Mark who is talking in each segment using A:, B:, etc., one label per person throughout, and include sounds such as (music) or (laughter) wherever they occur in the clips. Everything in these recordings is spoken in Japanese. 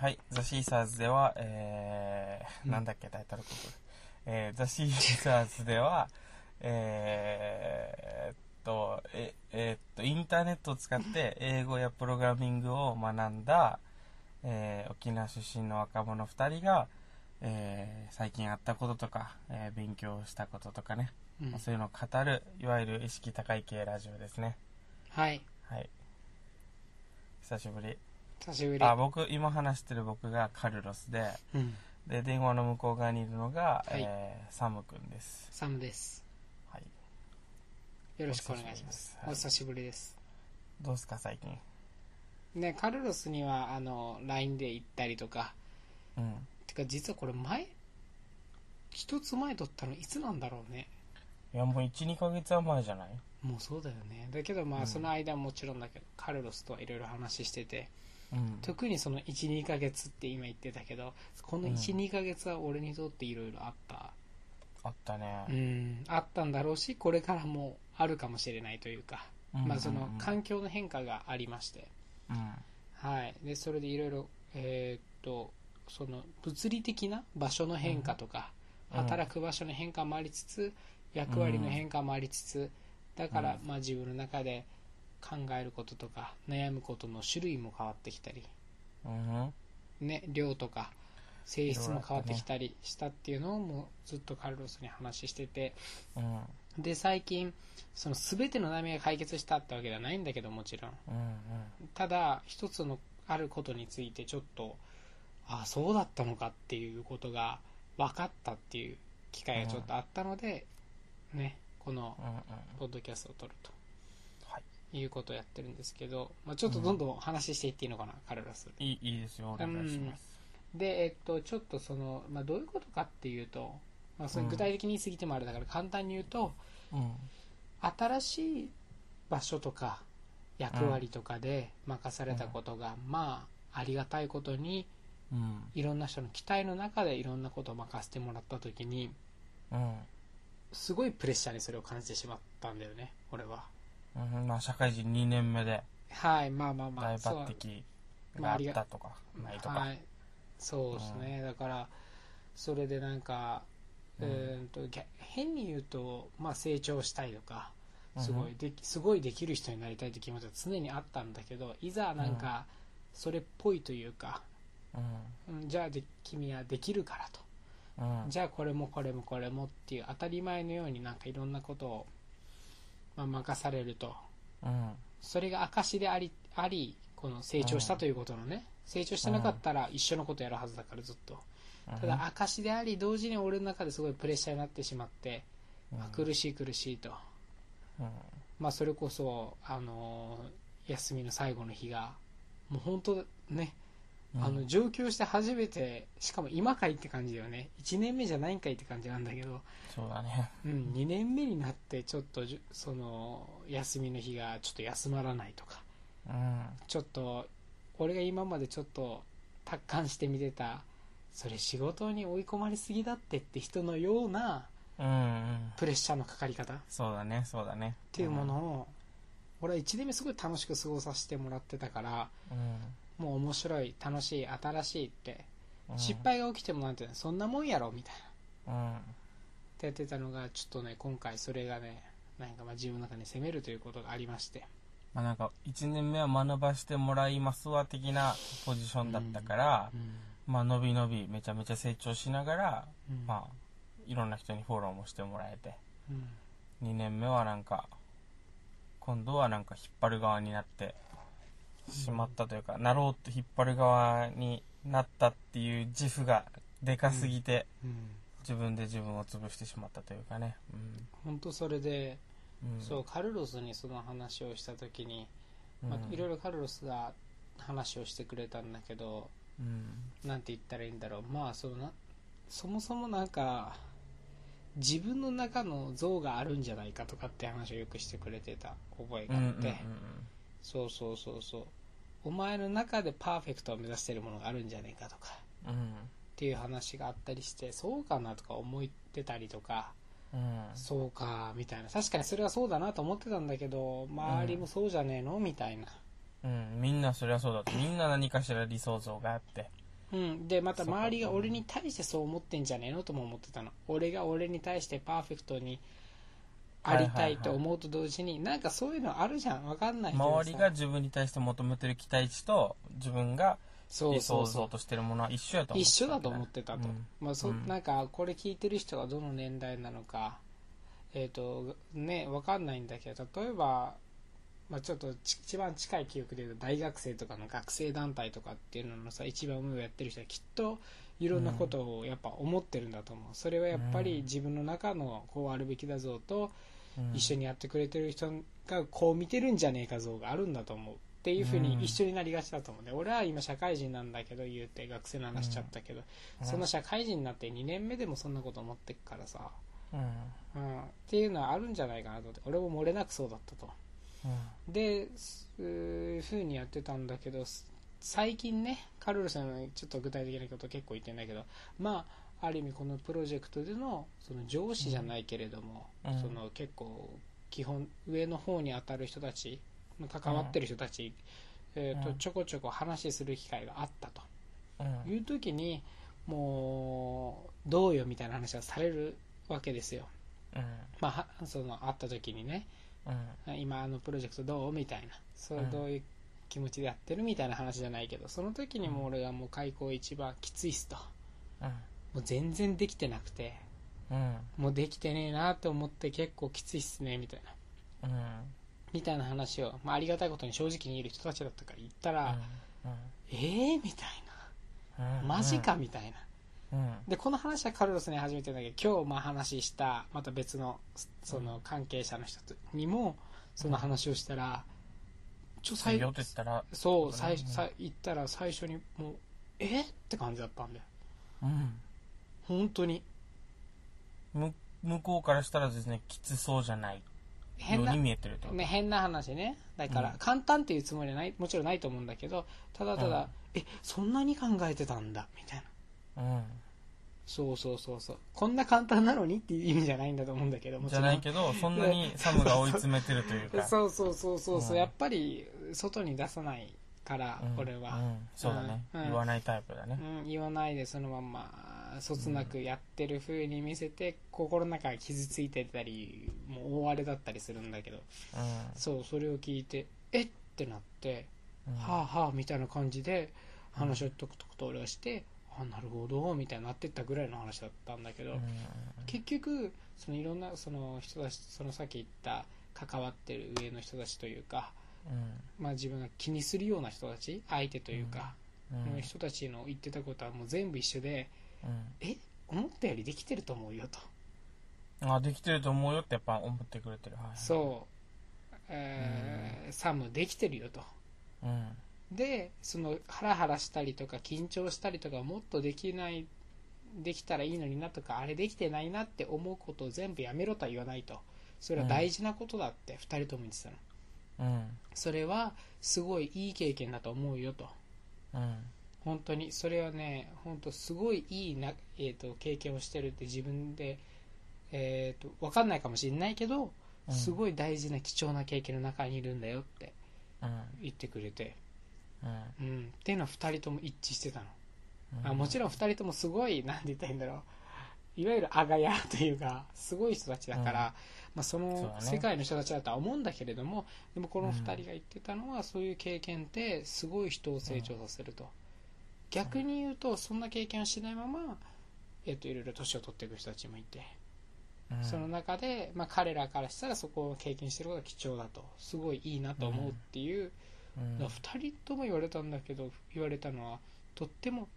A: はい、ザ・シーサーズでは、えー、なんだっけ、タイトルコール。えー、ザ・シーサーズでは、えー、えーっと、え、えーっと、インターネットを使って英語やプログラミングを学んだ、えー、沖縄出身の若者二人が、えー、最近あったこととか、えー、勉強したこととかね、
B: うん
A: まあそういうのを語る、いわゆる意識高い系ラジオですね。
B: はい
A: はい。久しぶり。
B: 久しぶり
A: あ、僕、今話してる僕がカルロスで、
B: うん
A: で、電話の向こう側にいるのが、
B: はい
A: えーサムくんです。
B: サムです
A: はい。よ
B: よろしくお願いしますお久
A: はい、
B: しぶりです
A: どうすか、最近。
B: ねカルロスにはあの LINE で行ったりとか
A: うん。
B: てか実はこれ前一つ前撮ったのいつなんだろうね
A: いや、もう1、2ヶ月は前じゃない
B: もうそうだよねだけどま
A: う
B: あ
A: ん
B: その間はもちろんだけど、カルロスとはいろいろ話してて
A: うん。
B: 特にその12ヶ月って今言ってたけどこの
A: うん
B: 12ヶ月は俺にとっていろいろあった
A: あった
B: う
A: ね。
B: んあったんだろうしこれからもあるかもしれないというか、
A: うん
B: まあ、その
A: うん
B: 環境の変化がありまして、
A: うん。
B: はい、でそれでいろいろえーっとその物理的な場所の変化とか、
A: うん
B: 働く場所の変化もありつつ役割の変化もありつつだから、まあ、自分の中で考えることとか悩むことの種類も変わってきたり、
A: うん。
B: ね、量とか性質も変わってきたりしたっていうのをもうずっとカルロスに話してて
A: うん。
B: で最近その全ての悩みが解決したってわけではないんだけどもちろん
A: うん。
B: ただ一つのあることについてちょっとああそうだったのかっていうことが分かったっていう機会がちょっとあったので、ねこの
A: うん。うん。
B: ポッドキャストを撮ると
A: はい。
B: いうことをやってるんですけど、まあ、ちょっとどんどんお話ししていっていいのかな、カルロス
A: いい、いいですよ。お願いします。
B: で、えっと、ちょっとその、まあ、どういうことかっていうと、まあ、その
A: うん
B: 具体的に言い過ぎてもあれだから簡単に言うと、
A: うん。
B: 新しい場所とか役割とかで任されたことが、まあありがたいことに
A: うん。
B: いろんな人の期待の中でいろんなことを任せてもらった時に
A: うん。
B: すごいプレッシャーにそれを感じてしまったんだよね俺は
A: うん。まあ、社会人2年目で
B: はいまあまあま
A: 大
B: あそう
A: 抜擢があったとか、ないと
B: は
A: か。
B: い、そうですね、だからそれでなんか、う
A: うん
B: ーんとぎゃ変に言うと、まあ、成長したいとか
A: うん
B: すごいできすごいできる人になりたいという気持ちは常にあったんだけどいざなんかそれっぽいというか、
A: うん。
B: うんじゃあで君はできるからと、
A: うん。
B: じゃあこれもこれもこれもっていう当たり前のようになんかいろんなことを、まあ、任されると
A: うん。
B: それが証でありありこの成長したということのね、成長してなかったら一緒のことやるはずだからずっと、ただ証であり同時に俺の中ですごいプレッシャーになってしまって、
A: うん、
B: あ苦しい苦しいと、
A: うん。
B: まあ、それこそ、あのー休みの最後の日がもう本当ね、あの上京して初めてしかも今かいって感じだよね1年目じゃないんかいって感じなんだけど、
A: そうだね。
B: うん、2年目になってちょっとじゅその休みの日がちょっと休まらないとか
A: うん。
B: ちょっと俺が今までちょっと達観して見てたそれ仕事に追い込まれすぎだってって人のような
A: うん、うん。
B: プレッシャーのかかり方っ
A: そうだね、そうだね。って
B: いうものを俺は1年目すごい楽しく過ごさせてもらってたから
A: うん。
B: もう面白い楽しい新しいって
A: うん。
B: 失敗が起きてもなんていうのそんなもんやろみたいな
A: うん。
B: ってやってたのがちょっとね今回それがねなんかまあ自分の中に攻めるということがありまして
A: まあなんか、1年目は学ばしてもらいますわ的なポジションだったから、まあ、伸び伸びめちゃめちゃ成長しながら、
B: うん
A: まあ、いろんな人にフォローもしてもらえて、
B: うん
A: 2年目はなんか、今度はなんか引っ張る側になってしまったというか、なろうって引っ張る側になったっていう自負がでかすぎて、
B: うん
A: 自分で自分を潰してしまったというかね。うん。
B: 本当それで
A: うん、
B: そうカルロスにその話をした時に、
A: うん、
B: まあ、いろいろカルロスが話をしてくれたんだけど
A: うん
B: なんて言ったらいいんだろうまあそのなそもそもなんか自分の中の像があるんじゃないかとかって話をよくしてくれてた覚え
A: う
B: が
A: んう
B: あ
A: ん
B: って、そうそうそうそうお前の中でパーフェクトを目指してるものがあるんじゃないかとか
A: うんうん
B: っていう話があったりしてそうかなとか思ってたりとか
A: うん
B: そうかみたいな確かにそれはそうだなと思ってたんだけど周りもそうじゃねえのみたいな
A: うんみんなそりゃそうだとみんな何かしら理想像があって
B: うん、でまた
A: そうか
B: 周りが俺に対してそう思ってんじゃねえのとも思ってたの俺が俺に対してパーフェクトにありたいと思うと同時に、なんかそういうのあるじゃんわかんないけどさ
A: 周りが自分に対して求めてる期待値と自分が
B: そう
A: 理
B: そ
A: 想
B: うそ
A: 像
B: う
A: としてるものは一緒やと思
B: 一
A: って
B: 緒
A: た
B: だ
A: わけ
B: と
A: ね
B: 思ってたと、
A: うん
B: まあ、そ
A: うん
B: なんかこれ聞いてる人がどの年代なのかえっ、とねわかんないんだけど例えば、まあ、ちょっとち一番近い記憶で言うと大学生とかの学生団体とかっていうののさ一番上をやってる人はきっといろんなことをやっぱ思ってるんだと思う、それはやっぱり自分の中のこうあるべきだぞと、
A: うん
B: 一緒にやってくれてる人がこう見てるんじゃねえか像があるんだと思うっていうふう
A: うん
B: に一緒になりがちだと思うね、俺は今社会人なんだけど言うて学生の話しちゃったけど、その社会人になって2年目でもそんなこと思ってっからさ、
A: うん
B: うん、っていうのはあるんじゃないかなと思って俺も漏れなくそうだったと
A: うん
B: でそういうふうにやってたんだけどす最近ねカルロさんはちょっと具体的なこと結構言ってんだけどまあある意味このプロジェクトでのその上司じゃないけれども、
A: うん
B: その結構基本上の方に当たる人たちまあ関わってる人たち、えーと
A: うん
B: ちょこちょこ話する機会があったと
A: うん
B: いう時にもうどうよみたいな話がされるわけですよ、
A: うん
B: まあ、はその会った時にね
A: うん
B: 今あのプロジェクトどうみたいなそう
A: うん
B: どういう気持ちでやってるみたいな話じゃないけどその時にもう俺がもう開口一番きついっすともう全然できてなくて
A: うん
B: もうできてねえなと思って結構きついっすねみたいな
A: うん
B: みたいな話を、まあ、ありがたいことに正直に言える人たちだったから言ったら、
A: う
B: ええみたい
A: んう
B: なんマジかみたいな、
A: うん
B: でこの話はカルロスに始めてんだけど今日まあ話したまた別のその関係者の人にもその話をしたら、ちょ
A: 採
B: 最
A: 用と言ったら
B: そう
A: そうだね
B: 最最言ったら最初にもうえって感じだったんだよ
A: うん
B: 本当に
A: む向こうからしたら全然きつそうじゃないよ
B: 変
A: う
B: な
A: に見えてるってこと
B: ね、変な話ねだか
A: う
B: ら
A: ん
B: 簡単っていうつもりはないもちろんないと思うんだけどただただ、
A: うん
B: えそんなに考えてたんだみたいな
A: うん
B: そうそうそうそうこんな簡単なのにっていう意味じゃないんだと思うんだけどもち
A: じ
B: ろ
A: ゃ
B: ん
A: ないけどそんなにサムが追い詰めてるというか
B: そうそうそうそうそう、
A: うん
B: やっぱり外に出さないから、
A: うん
B: 俺は、
A: うんそうだね
B: うん
A: 言わないタイプだね
B: うん、言わないでそのまんまそつなくやってる風に見せて、心の中が傷ついてたりもう大荒れだったりするんだけど
A: う
B: そうそれを聞いてえってなって、
A: んうん
B: はあはあみたいな感じで話をとくとくと俺はして、あなるほどみたいになってったぐらいの話だったんだけど、
A: う
B: 結局そのいろんなその人たちそのさっき言った関わってる上の人たちというか、
A: ん
B: まあ、自分が気にするような人たち相手というか、
A: うんうん
B: の人たちの言ってたことはもう全部一緒で
A: うん
B: え思ったよりできてると思うよと、
A: あできてると思うよってやっぱ思ってくれてるはい
B: そう、えーサムできてるよと
A: うん
B: でそのハラハラしたりとか緊張したりとかもっとできないできたらいいのになとかあれできてないなって思うことを全部やめろとは言わないとそれは大事なことだって2人とも言ってたの、
A: うん
B: それはすごいいい経験だと思うよと
A: うん
B: 本当にそれはね本当すごいいいな、えー、と経験をしてるって自分で、えー、と分かんないかもしれないけど、
A: うん
B: すごい大事な貴重な経験の中にいるんだよって
A: うん
B: 言ってくれて、
A: うん
B: うん、っていうのは2人とも一致してたの、
A: うん
B: あもちろん2人ともすごいなんて言ったらいいんだろういわゆるあがやというかすごい人たちだ
A: うん
B: から、まあ、その
A: そうだね
B: 世界の人たちだとは思うんだけれども、でもこ
A: う
B: の
A: ん
B: 2人が言ってたのは、そういう経験ってすごい人を成長させると、逆に言うとそんな経験をしないまま、えっといろいろ年を取っていく人たちもいて、
A: うん
B: その中で、まあ、彼らからしたらそこを経験してることが貴重だとすごいいいなと思うってい
A: う
B: う、
A: ん
B: だから2人とも言われたんだけど言われたのはとっても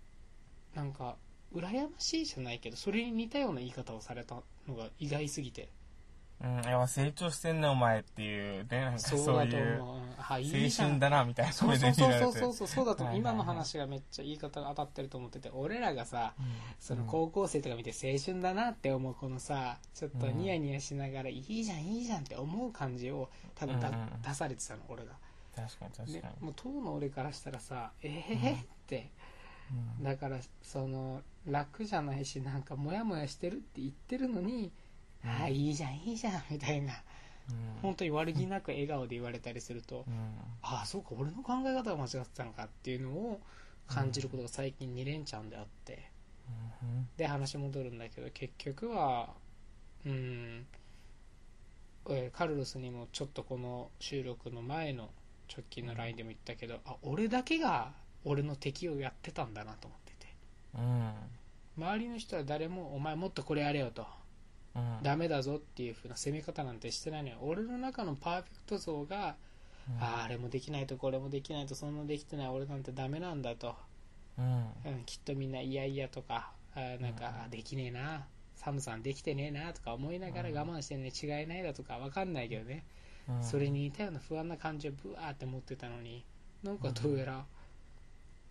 B: なんか羨ましいじゃないけどそれに似たような言い方をされたのが意外すぎて
A: うん、いや成長してんねお前っていうねなんか
B: そ
A: そう
B: だ
A: う
B: と
A: いう
B: 思うあいいじゃ
A: 青春
B: ん
A: だなみたいな
B: そうそ
A: 目
B: う
A: で見
B: そう
A: られ
B: そう
A: て
B: そう
A: (laughs)
B: そうそうだと思う
A: はいはいはい
B: 今の話がめっちゃ言い方が当たってると思ってて俺らがさ
A: うん
B: その高校生とか見て青春だなって思うこのさちょっとニヤニヤしながらいいじゃんいいじゃんって思う感じを多分だ
A: うんうん
B: 出されてたの俺が
A: 確かに確
B: で
A: かに、
B: もう当の俺からしたらさええ
A: うん
B: って
A: うん
B: だからその楽じゃないしなんかモヤモヤしてるって言ってるのに、
A: うん
B: ああいいじゃんいいじゃんみたいな
A: うん
B: 本当に悪気なく笑顔で言われたりすると、
A: うん
B: ああそうか俺の考え方が間違ってたのかっていうのを感じることが最近2連チャンであって
A: うん
B: で話戻るんだけど結局はうんえーカルロスにもちょっとこの収録の前の直近の LINE でも言ったけどあ俺だけが俺の敵をやってたんだなと思ってて
A: うん
B: 周りの人は誰もお前もっとこれやれよと
A: うん
B: ダメだぞっていう風な攻め方なんてしてないのよ俺の中のパーフェクト像が
A: うん
B: あーあれもできないとこれもできないとそんなできてない俺なんてダメなんだと、
A: うん
B: うん、きっとみんないやいやとかあーなんか、
A: うん
B: あーできねえなサムさんできてねえなとか思いながら
A: うん
B: 我慢してね違いないだとかわかんないけどね、
A: うん
B: それに似たような不安な感じをブワーって持ってたのになんかどうやら、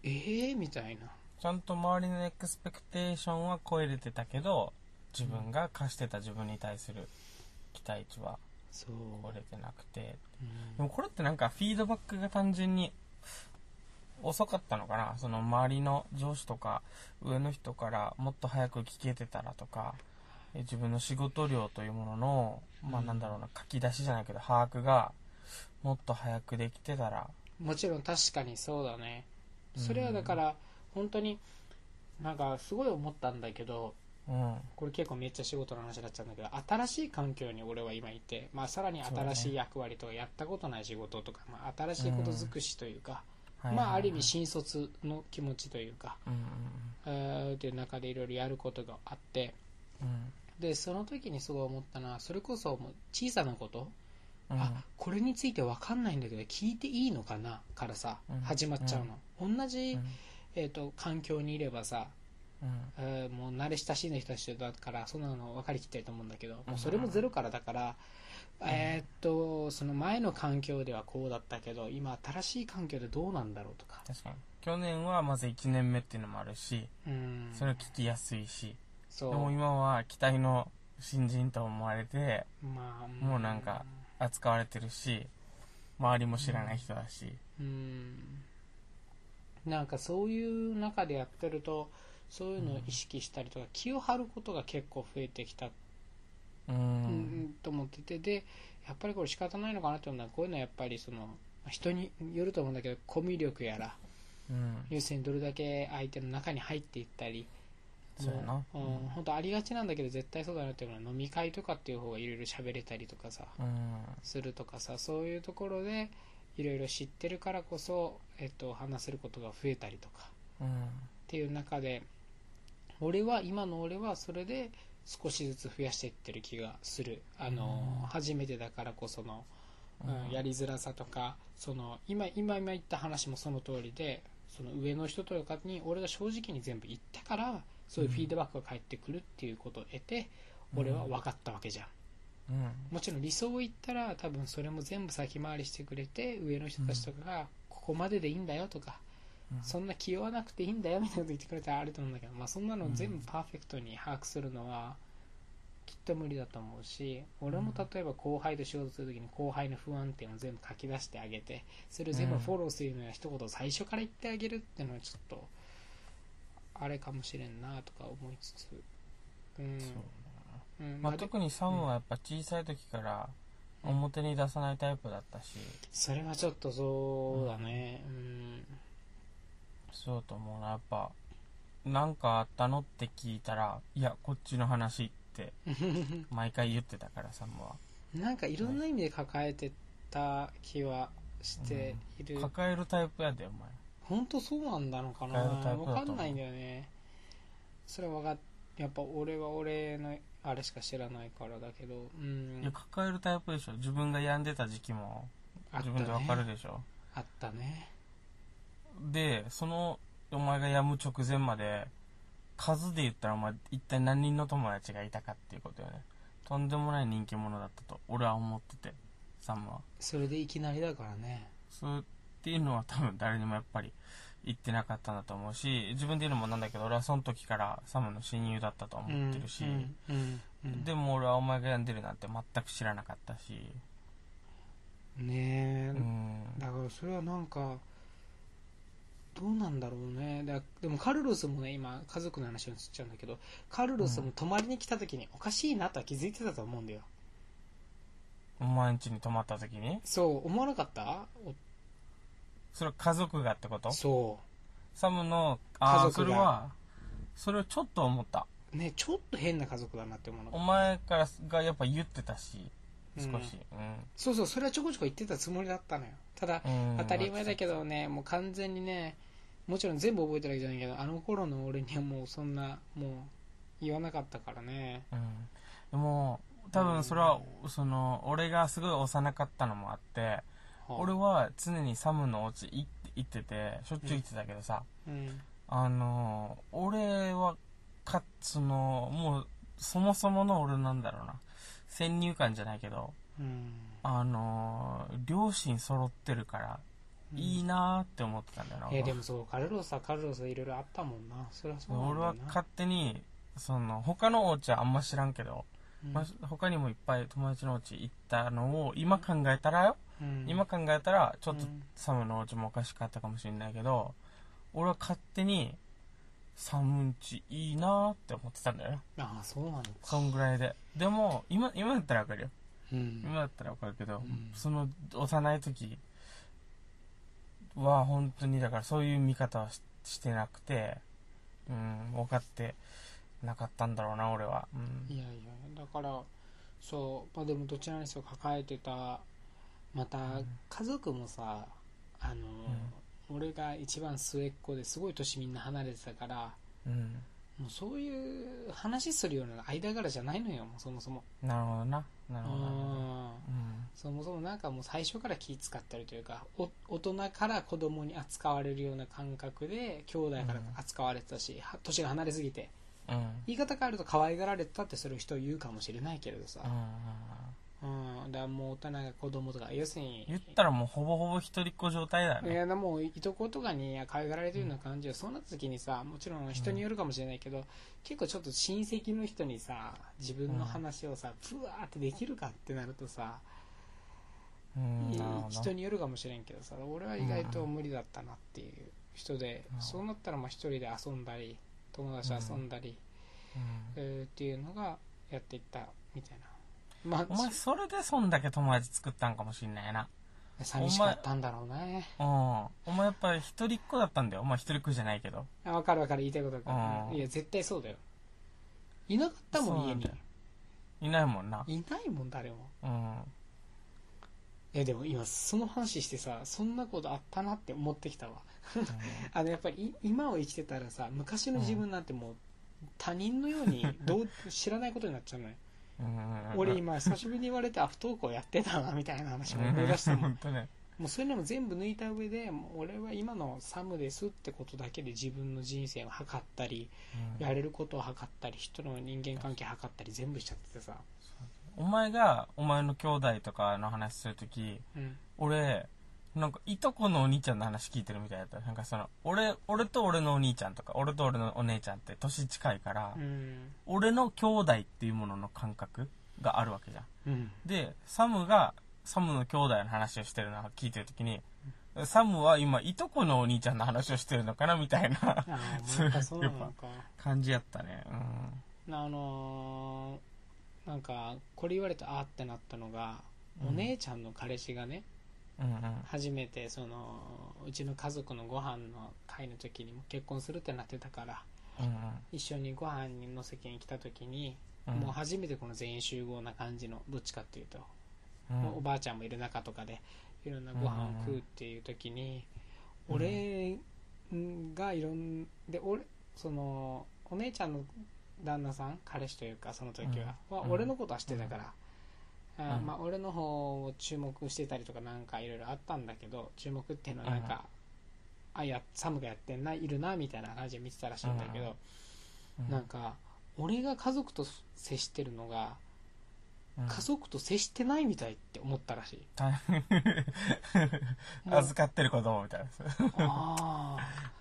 B: ええー、みたいな
A: ちゃんと周りのエクスペクテーションは超えれてたけど自分が課してた自分に対する期待値は
B: そう、
A: 超えれてなくてで
B: う
A: もこれってなんかフィードバックが単純に遅かったのかなその周りの上司とか上の人からもっと早く聞けてたらとかえ自分の仕事量というものの、まあ
B: うん
A: なんだろうな書き出しじゃないけど把握がもっと早くできてたら
B: ん、もちろん確かにそうだねそれはだから本当になんかすごい思ったんだけど、
A: うん
B: これ結構めっちゃ仕事の話になっちゃうんだけど新しい環境に俺は今いて、まあ、さらに新しい役割とかやったことない仕事とか、まあ、新しいこと尽くしというか、
A: はい
B: まあ、ある意味
A: し
B: 新卒の気持ちというか、
A: うん
B: えーっていう中でいろいろやることがあって
A: うんうん
B: でその時にすごい思ったのはそれこそもう小さなこと、
A: うん
B: あこれについて分かんないんだけど聞いていいのかなからさ
A: うん
B: 始まっちゃうの、同
A: う
B: じ、
A: ん
B: えー、と環境にいればさ
A: うん
B: えーもう慣れ親しんだ人たちだからそんなの分かりきってると思うんだけど
A: うん
B: もうそれもゼロからだから、
A: ん
B: えーっとその前の環境ではこうだったけど今新しい環境でどうなんだろうとか
A: 確かに去年はまず1年目っていうのもあるし
B: うん
A: それは聞きやすいし、
B: そう
A: でも今は期待の新人と思われて
B: まあ
A: もうなんか扱われてるし周りも知らない人だし、
B: うんなんかそういう中でやってるとそういうのを意識したりとか、気を張ることが結構増えてきた
A: う
B: うんん、と思っててでやっぱりこれ仕方ないのかなって思うのはこういうのはやっぱりその人によると思うんだけどコミュ力やら
A: うん
B: 要するにどれだけ相手の中に入っていったり
A: そうやな
B: もううん本当ありがちなんだけど絶対そうだなっていうのは飲み会とかっていう方がいろいろ喋れたりとかさ
A: うん
B: するとかさそういうところでいろいろ知ってるからこそ、えっと、話せることが増えたりとか
A: うん
B: っていう中で俺は今の俺はそれで少しずつ増やしていってる気がするあの、
A: うん
B: 初めてだからこその、うん
A: うん
B: やりづらさとかその今今今言った話もその通りでその上の人とかに俺が正直に全部言ったからそういうフィードバックが返ってくるっていうことを得て、
A: うん
B: 俺は分かったわけじゃん
A: うん
B: もちろん理想を言ったら多分それも全部先回りしてくれて上の人たちとかがここまででいいんだよとか、
A: うん
B: そんな気負わなくていいんだよみたいなこと言ってくれたらあると思うんだけど、まあ、そんなのを全部パーフェクトに把握するのはきっと無理だと思うし俺も例えば後輩と仕事するときに後輩の不安点を全部書き出してあげてそれを全部フォローするような一言最初から言ってあげるっていうのはちょっとあれかもしれんなとか思いつつうん
A: そう
B: うん
A: ま
B: ま
A: あ
B: あ、で
A: 特にサムはやっぱ小さい時から表に出さないタイプだったし
B: それはちょっとそうだねうん
A: そうと思うなやっぱなんかあったのって聞いたらいやこっちの話って毎回言ってたからサムは
B: (laughs) なんかいろんな意味で抱えてた気はしている、
A: 抱えるタイプやでお前
B: 本当そうなんだのか
A: 変
B: な
A: えるタイプだと思う
B: わかんないんだよねそれはわかっやっぱ俺は俺のあれしか知らないからだけどうん
A: いや抱えるタイプでしょ自分が病んでた時期も
B: あった
A: 自分でわかる
B: ね
A: でしょ、
B: あったね
A: でそのお前が病む直前まで数で言ったらお前一体何人の友達がいたかっていうことよねとんでもない人気者だったと俺は思っててサムは
B: それでいきなりだからね
A: そうっていうのは多分誰にもやっぱり言ってなかったんだと思うし自分で言うのもなんだけど俺はその時からサムの親友だったとは思ってるし、
B: うんうんうん
A: でも俺はお前が病んでるなんて全く知らなかったし
B: ねえ、
A: うん
B: だからそれはなんかどうなんだろうねだでもカルロスもね今家族の話に移っちゃうんだけどカルロスも泊まりに来た時におかしいなとは気づいてたと思うんだよ
A: お前ん家に泊まった時に
B: そう思わなかったお
A: それは家族がってこと
B: そう
A: サムの、あ
B: 家
A: あ、そ
B: 族が
A: れは、それをちょっと思った。
B: ねちょっと変な家族だなって思うの
A: お前からがやっぱ言ってたし、少
B: うん
A: し。
B: そうそうそれはちょこちょこ言ってたつもりだったのよただ
A: うん。
B: 当たり前だ
A: ど。
B: けどねもう完全にねもちろん全部覚えてるわけじゃないけどあの頃の俺にはもうそんなもう言わなかったからね
A: うん。でも、多分それは、その、俺がすごい幼かったのもあって、俺
B: は
A: は常にサムのお家行って行ってて、しょっちゅう行ってたけどさ、
B: あうん
A: あの、俺は、か、その、もう、そもそもの俺なんだろうな。先入観じゃないけど、
B: うん
A: あの、両親揃ってるから、いいなーって思ってたんだよな。
B: い
A: 俺
B: や
A: は
B: でもそうカルロスはカルロスでいろいろあったもんなそれはそうなん
A: 俺
B: だよ
A: は
B: な
A: 勝手に、その、他のお家はあんま知らんけど、
B: うん
A: まあ他にもいっぱい友達のお家行ったのを、今考えたらよ、今考えたら、ちょっと
B: うん
A: サムのお家もおかしかったかもしれないけど、俺は勝手に、サムんちいいなーって思ってたんだよな。
B: ああそうなのか
A: そんぐらいで。でも、今、今だったらわかるよ。
B: うん
A: 今だったらわかるけど、
B: うん
A: その幼い時は本当にだからそういう見方はししてなくて、うん、分かってなかったんだろうな俺は、うん、
B: いやいやだからそうまあでもどちらにせよ抱えてたまた
A: うん
B: 家族もさあの、俺が一番末っ子ですごい年みんな離れてたから
A: うん、
B: もうそういう話するような間柄じゃないのよもうそもそも
A: なるほどなな
B: う
A: るほどな、
B: ん
A: うん
B: そもそもなんかもう最初から気使ってるというかお大人から子供に扱われるような感覚で兄弟から扱われてたし、は年が離れすぎて
A: うん
B: 言い方変えると可愛がられてたってする人言うかもしれないけれどさ、
A: うんうん
B: うん、だからもう大人が子供とか要するに
A: 言ったらもうほぼほぼ一人っ子状態だよ
B: い
A: ね
B: やでもいとことかに可愛がられてるような感じは、そうなった時にさもちろん人によるかもしれないけど、結構ちょっと親戚の人にさ自分の話をさぶわーってできるかってなるとさ、
A: うん
B: いい
A: なるほど
B: 人によるかもしれんけどさ俺は意外と無理だったなっていう人で、
A: うん
B: そうなったらまあ一人で遊んだり友達と遊んだり、
A: うん
B: えーっていうのがやっていったみたいなま
A: お前
B: あ
A: それでそんだけ友達作ったんかもしんないな
B: 寂しかったんだろうね
A: うんお前やっぱり一人っ子だったんだよまあ一人っ子じゃないけど
B: あ分かる分かる言いたいこと分か
A: うん
B: るいや絶対そうだよいなかったもん
A: そうな
B: 家
A: ん
B: に
A: だよいないもんない
B: ないもん誰も
A: うん
B: えでも今その話してさそんなことあったなって思ってきたわあのやっぱりい今を生きてたらさ昔の自分なんてもう他人のよ
A: (laughs)
B: うにどう知らないことになっちゃうのよ俺今久しぶりに言われてアフトークをやってたなみたいな話も思い出したもん
A: 本当ね
B: (laughs) もうそういうのも全部抜いた上でもう俺は今のサムですってことだけで自分の人生を測ったり
A: うん
B: やれることを測ったり人の人間関係測ったり全部しちゃっててさ、
A: お前がお前の兄弟とかの話するとき
B: うん、
A: 俺なんかいとこのお兄ちゃんの話聞いてるみたいだったなんかその俺俺と俺のお兄ちゃんとか俺と俺のお姉ちゃんって年近いから、
B: うん
A: 俺の兄弟っていうものの感覚があるわけじゃん
B: うん
A: でサムがサムの兄弟の話をしてるのを聞いてるときにサムは今いとこのお兄ちゃんの話をしてるのかなみたいな
B: ああ
A: (laughs) そう
B: なんかそうなのか
A: 感じやったねうん
B: あのーなんかこれ言われてああってなったのが、
A: うん
B: お姉ちゃんの彼氏がね
A: うんうん
B: 初めてそのうちの家族のご飯の会の時にも結婚するってなってたから
A: うん
B: 一緒にご飯の席に来た時に、
A: うん
B: もう初めてこの全員集合な感じのどっちかっていうと、
A: うん
B: おばあちゃんもいる中とかでいろんなご飯を食うっていう時に、
A: うん
B: 俺がいろんで俺そのお姉ちゃんの旦那さん彼氏というかその時は、
A: うん
B: は
A: うん
B: 俺のことは知ってたから、あー
A: うん
B: まあ、俺の方を注目してたりとかなんかいろいろあったんだけど注目っていうのはなんか、あいやサムがやってんないるなみたいな感じで見てたらしいんだけど、
A: うん
B: なんか俺が家族と接してるのが
A: うん
B: 家族と接してないみたいって思ったらしい、
A: 大変預かってる子供みたいな。
B: あ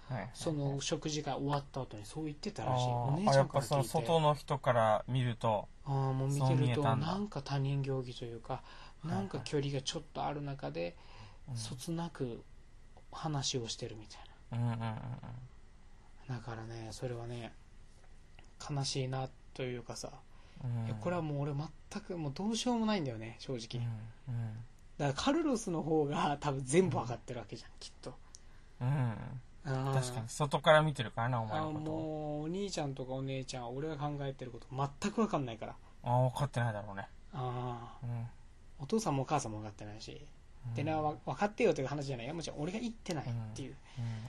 B: あ
A: はい
B: その食事が終わった後にそう言ってた
A: あ
B: らしいお姉
A: ーあ
B: ち
A: や
B: ゃ
A: っ
B: んか
A: ぱ
B: ら
A: そ
B: 聞
A: の
B: いて
A: 外の人から見ると、
B: ああもう見
A: そう
B: て
A: 見
B: る
A: え
B: と
A: たんだ
B: なんか他人行儀というか
A: いはい
B: なんか距離がちょっとある中で
A: うん
B: そつなく話をしてるみたい
A: うんうんうん
B: なだからねそれはね悲しいなというかさ、
A: うん
B: いやこれはもう俺全くもうどうしようもないんだよね正
A: うん
B: 直、だからカルロスの方が多分全部わかってるわけじゃんきっと
A: うんうん
B: うん
A: 確かに外から見てるからなお前
B: あ
A: のことを
B: もうお兄ちゃんとかお姉ちゃんは俺が考えてること全く分かんないから
A: ああ分かってないだろうね
B: あ
A: う
B: あ
A: ん
B: お父さんもお母さんも分かってないし、
A: うん
B: でなわ分かってよという話じゃないよもちろん俺が言ってないっていう、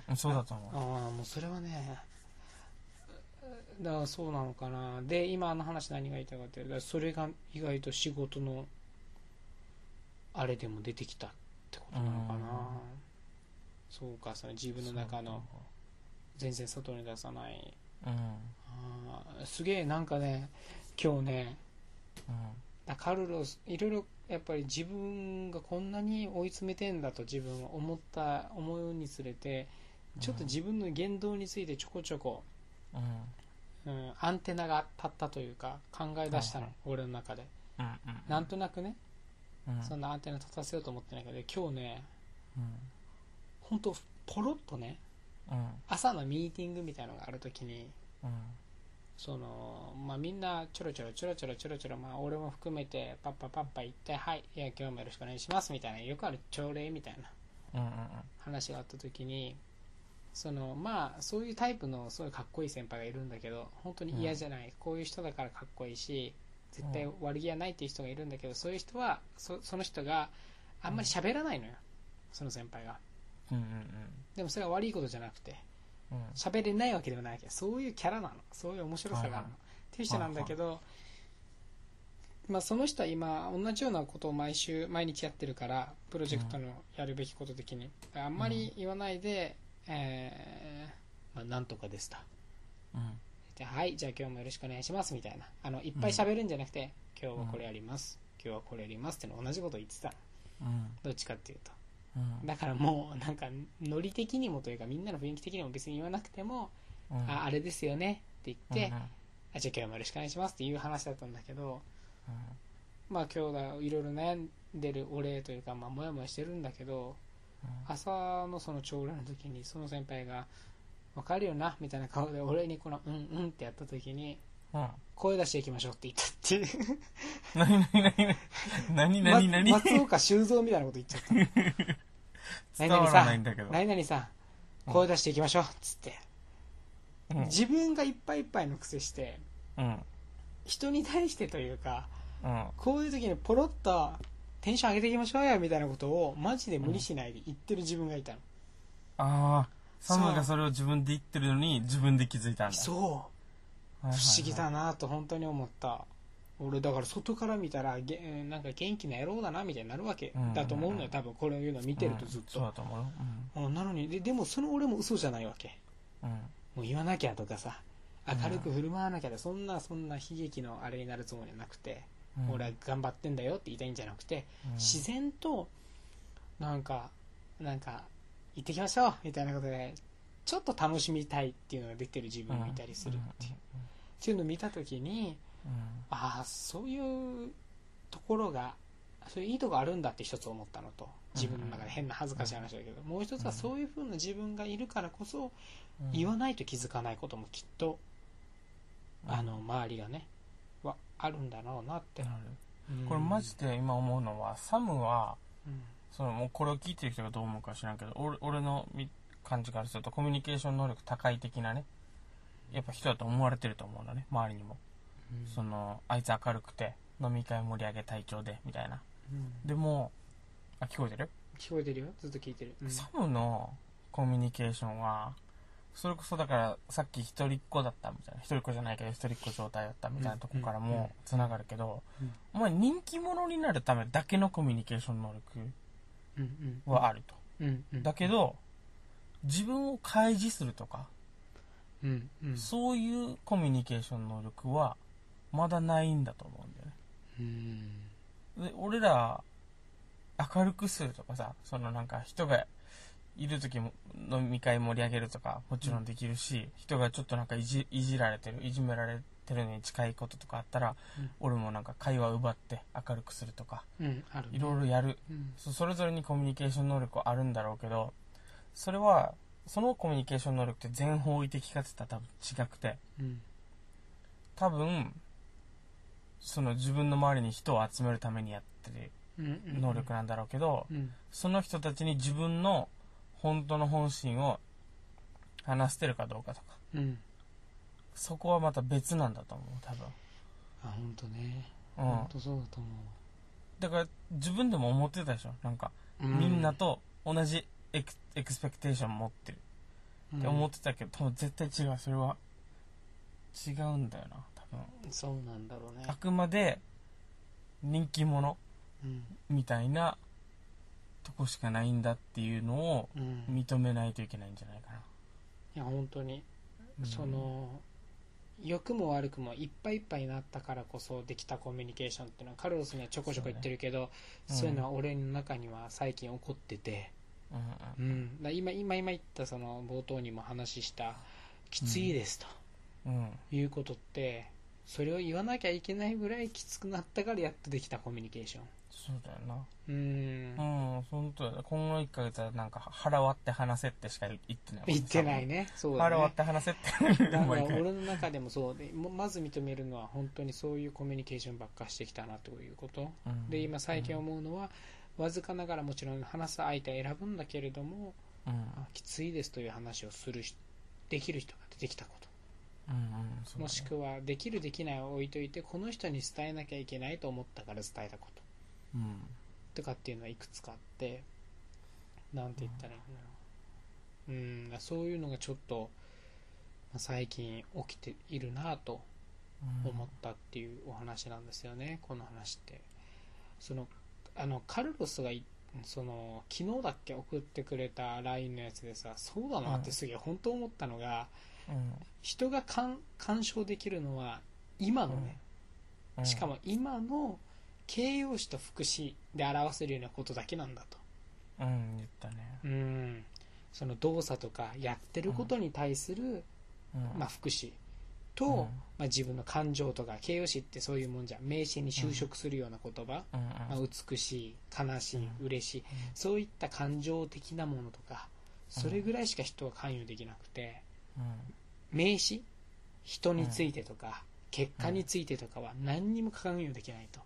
A: うんそうだと思う
B: ああもうそれはねだからそうなのかなで今あの話何が言いたいかってだからそれが意外と仕事のあれでも出てきたってことなのかな、
A: うん
B: そうかその自分の中の全然外に出さない
A: うんうん
B: あーすげえなんかね今日ねあカルロスいろいろやっぱり自分がこんなに追い詰めてんだと自分は思った思うにつれてちょっと自分の言動についてちょこちょこ、
A: うんうん
B: うん、アンテナが立ったというか考え出したの、
A: はい
B: 俺の中で
A: うんうん
B: なんとなくね、
A: うん
B: そんなアンテナ立たせようと思ってないけど今日ね
A: うん
B: 本当ポロッとね
A: うん
B: 朝のミーティングみたいのがある時に
A: うん
B: そのまあみんなちょろちょろちょろちょろちょろちょろまあ俺も含めてパッパパッパ行ってはいいや今日もよろしくお願いしますみたいなよくある朝礼みたいな
A: うんうん
B: 話があった時にそのまあそういうタイプのすごいかっこいい先輩がいるんだけど本当に嫌じゃない、こういう人だからかっこいいし絶対悪気はないっていう人がいるんだけどそういう人はそその人があんまり喋らないのよ、その先輩が
A: うんうん
B: でもそれは悪いことじゃなくて
A: うん
B: 喋れないわけではないわけどそういうキャラなのそういう面白さがあるの、
A: はいはい
B: っていう人なんだけど、まあ、その人は今同じようなことを毎週毎日やってるからプロジェクトのやるべきこと的に、あんまり言わないで、えーまあ、なんとかでした
A: うん
B: ではいじゃあ今日もよろしくお願いしますみたいなあのいっぱい喋るんじゃなくて、今日はこれやります、今日はこれやりますっての同じこと言ってたの
A: うん
B: どっちかっていうと
A: うん
B: だからもうなんかノリ的にもというかみんなの雰囲気的にも別に言わなくても、
A: うん
B: ああれですよねって言って、
A: うん
B: あじゃあ今日もよろしくお願いしますっていう話だったんだけど、
A: うん
B: まあ、今日だいろいろ悩んでるお礼というか、まあ、もやもやしてるんだけど朝のその朝礼の時にその先輩が「分かるよな」みたいな顔で俺にこの「うんうん」ってやった時に
A: うんうん
B: 「声出していきましょう」って言ったっていう
A: 何何何 (laughs) 何何何
B: ま松岡修造みたいなこと言っちゃったの
A: (laughs) 伝わらないんだけど
B: 何々さん声出していきましょうっつって、
A: うん
B: 自分がいっぱいいっぱいの癖して
A: うん
B: 人に対してというか
A: うん
B: こういう時にポロッとテンション上げていきましょうよみたいなことをマジで無理しないで言ってる自分がいたの、
A: ああ、サムがそれを自分で言ってるのに自分で気づいたんだ。
B: そう
A: はいはいはい
B: 不思議だ。なと本当に思った俺だから外から見たらげなんか元気な野郎だなみたいになるわけ
A: うん
B: だと思うのよ多分これを言うのを見てるとずっ
A: うんそう
B: と
A: だ、と思うよ。
B: うんなのにででもその俺も嘘じゃないわけ
A: うん。うん。
B: もう言わなきゃとかさ明るく振る舞わなきゃでそんなそんな悲劇のあれになるつもりはなくて、
A: うん
B: 俺は、頑張ってんだよって言いたいんじゃなくて、
A: うん
B: 自然となんかなんか行ってきましょうみたいなことでちょっと楽しみたいっていうのが出てる自分もいたりするっていう,、っていうのを見た時に
A: うん。
B: ああそういうところがそういういいとこあるんだって一つ思ったのと自分の中で変な恥ずかしい話だけど、もう一つはそういう風な自分がいるからこそ
A: うん
B: 言わないと気づかないこともきっと、
A: うん
B: あの周りがねはあるんだろうなって、
A: なるこれマジで今思うのは、サムは、
B: うん
A: そのもうこれを聞いてる人がどう思うか知らんけど、俺俺のみ感じからするとコミュニケーション能力高い的なね、やっぱ人だと思われてると思うのね、周りにも。その、あいつ明るくて、飲み会盛り上げ隊長で、みたいな。
B: うん
A: でも、あ、聞こえてる
B: 聞こえてるよずっと聞いてる、うん
A: サムのコミュニケーションはそれこそだからさっき一人っ子だったみたいな一人っ子じゃないけど一人っ子状態だったみたいなとこから
B: うんうんうん
A: もつながるけど、
B: うん
A: お前人気者になるためだけのコミュニケーション能力
B: うん
A: はあると、
B: うんうん
A: だけど自分を開示するとか、
B: うんうん
A: そういうコミュニケーション能力はまだないんだと思うんだよね
B: うん
A: で俺ら明るくするとかさそのなんか人がいる時も飲み会盛り上げるとかもちろんできるし、人がちょっとなんかいじいじられてるいじめられてるのに近いこととかあったら、
B: うん
A: 俺もなんか会話奪って明るくするとか
B: うんあるね
A: いろいろやる、
B: うん
A: そそれぞれにコミュニケーション能力はあるんだろうけどそれはそのコミュニケーション能力って全方位的かつったら多分違くて
B: うん
A: 多分その自分の周りに人を集めるためにやってる
B: うんうん
A: 能力なんだろうけど、
B: うん
A: その人たちに自分の本当の本心を話してるかどうかとか
B: うん
A: そこはまた別なんだと思う多分
B: あ本当ね
A: うん
B: 本当そうだと思
A: だから自分でも思ってたでしょなんか、
B: う、う
A: みんなと同じエクエクスペクテーション持ってるって思ってたけど、多分絶対違うそれは違うんだよな多分
B: うんそうなんだろうね
A: あくまで人気者
B: うん
A: みたいなとこしかないんだっていうのを
B: うん
A: 認めないといけないんじゃないかな、
B: いや本当に
A: うん
B: その良くも悪くもいっぱいいっぱいになったからこそできたコミュニケーションっていうのはカルロスにはちょこちょこ言ってるけどそう,、
A: そうねうん
B: いうのは俺の中には最近起こってて、
A: うんうん
B: うん、だから今今今言ったその冒頭にも話したきついですと
A: うん
B: いうことって、それを言わなきゃいけないぐらいきつくなったからやっとできたコミュニケーション
A: そうだよな
B: うん
A: うん本当だよ今後1ヶ月はなんか腹割って話せってしか言ってないもん
B: 言ってないねそうだね
A: 腹割って話せっ
B: だ
A: て
B: から
A: 毎
B: 俺
A: 回
B: の中でもそうでもまず認めるのは本当にそういうコミュニケーションばっかしてきたなということ
A: うん
B: で今最近思うのはわずかながらもちろん話す相手を選ぶんだけれども
A: うんうん
B: あきついですという話をする人できる人が出てきたこと
A: うんそうだね
B: もしくはできるできないを置いといてこの人に伝えなきゃいけないと思ったから伝えたこと
A: うん
B: とかっていうのはいくつかあってなんて言ったらいいのうんだからそういうのがちょっとまあ最近起きているなぁと
A: うん
B: 思ったっていうお話なんですよね、この話ってそのあのカルロスがいその昨日だっけ送ってくれた LINE のやつでさそうだなってすげえ本当思ったのが、
A: うん
B: 人がかん干渉できるのは今のね、
A: うん
B: しかも今の形容詞と副詞で表せるようなことだけなんだと
A: うん言ったね
B: うんその動作とかやってることに対する、
A: うん
B: まあ、副詞と、
A: うん
B: まあ、自分の感情とか形容詞ってそういうもんじゃん名詞に就職するような言葉、
A: うんうん
B: まあ、美しい悲しい
A: うん
B: 嬉しいそういった感情的なものとかそれぐらいしか人は関与できなくて
A: うん
B: 名詞人についてとか結果についてとかは何にも関与できないと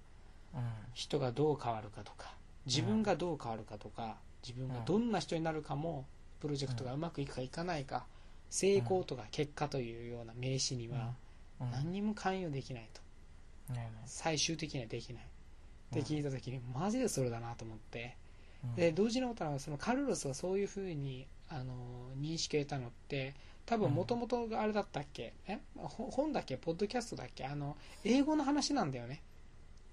A: う
B: 人がどう変わるかとか自分がどう変わるかとか自分がどんな人になるかもプロジェクトがうまくいくかいかないか成功とか結果というような名詞には
A: んうん
B: 何にも関与できないと
A: ね
B: 最終的にはできないって
A: うん
B: 聞いた時にマジでそれだなと思って
A: えねえ
B: で同時に思ったのはそのカルロスがそういうふうにあの認識を得たのって多分もともとあれだったっけえほ本だっけポッドキャストだっけあの英語の話なんだよね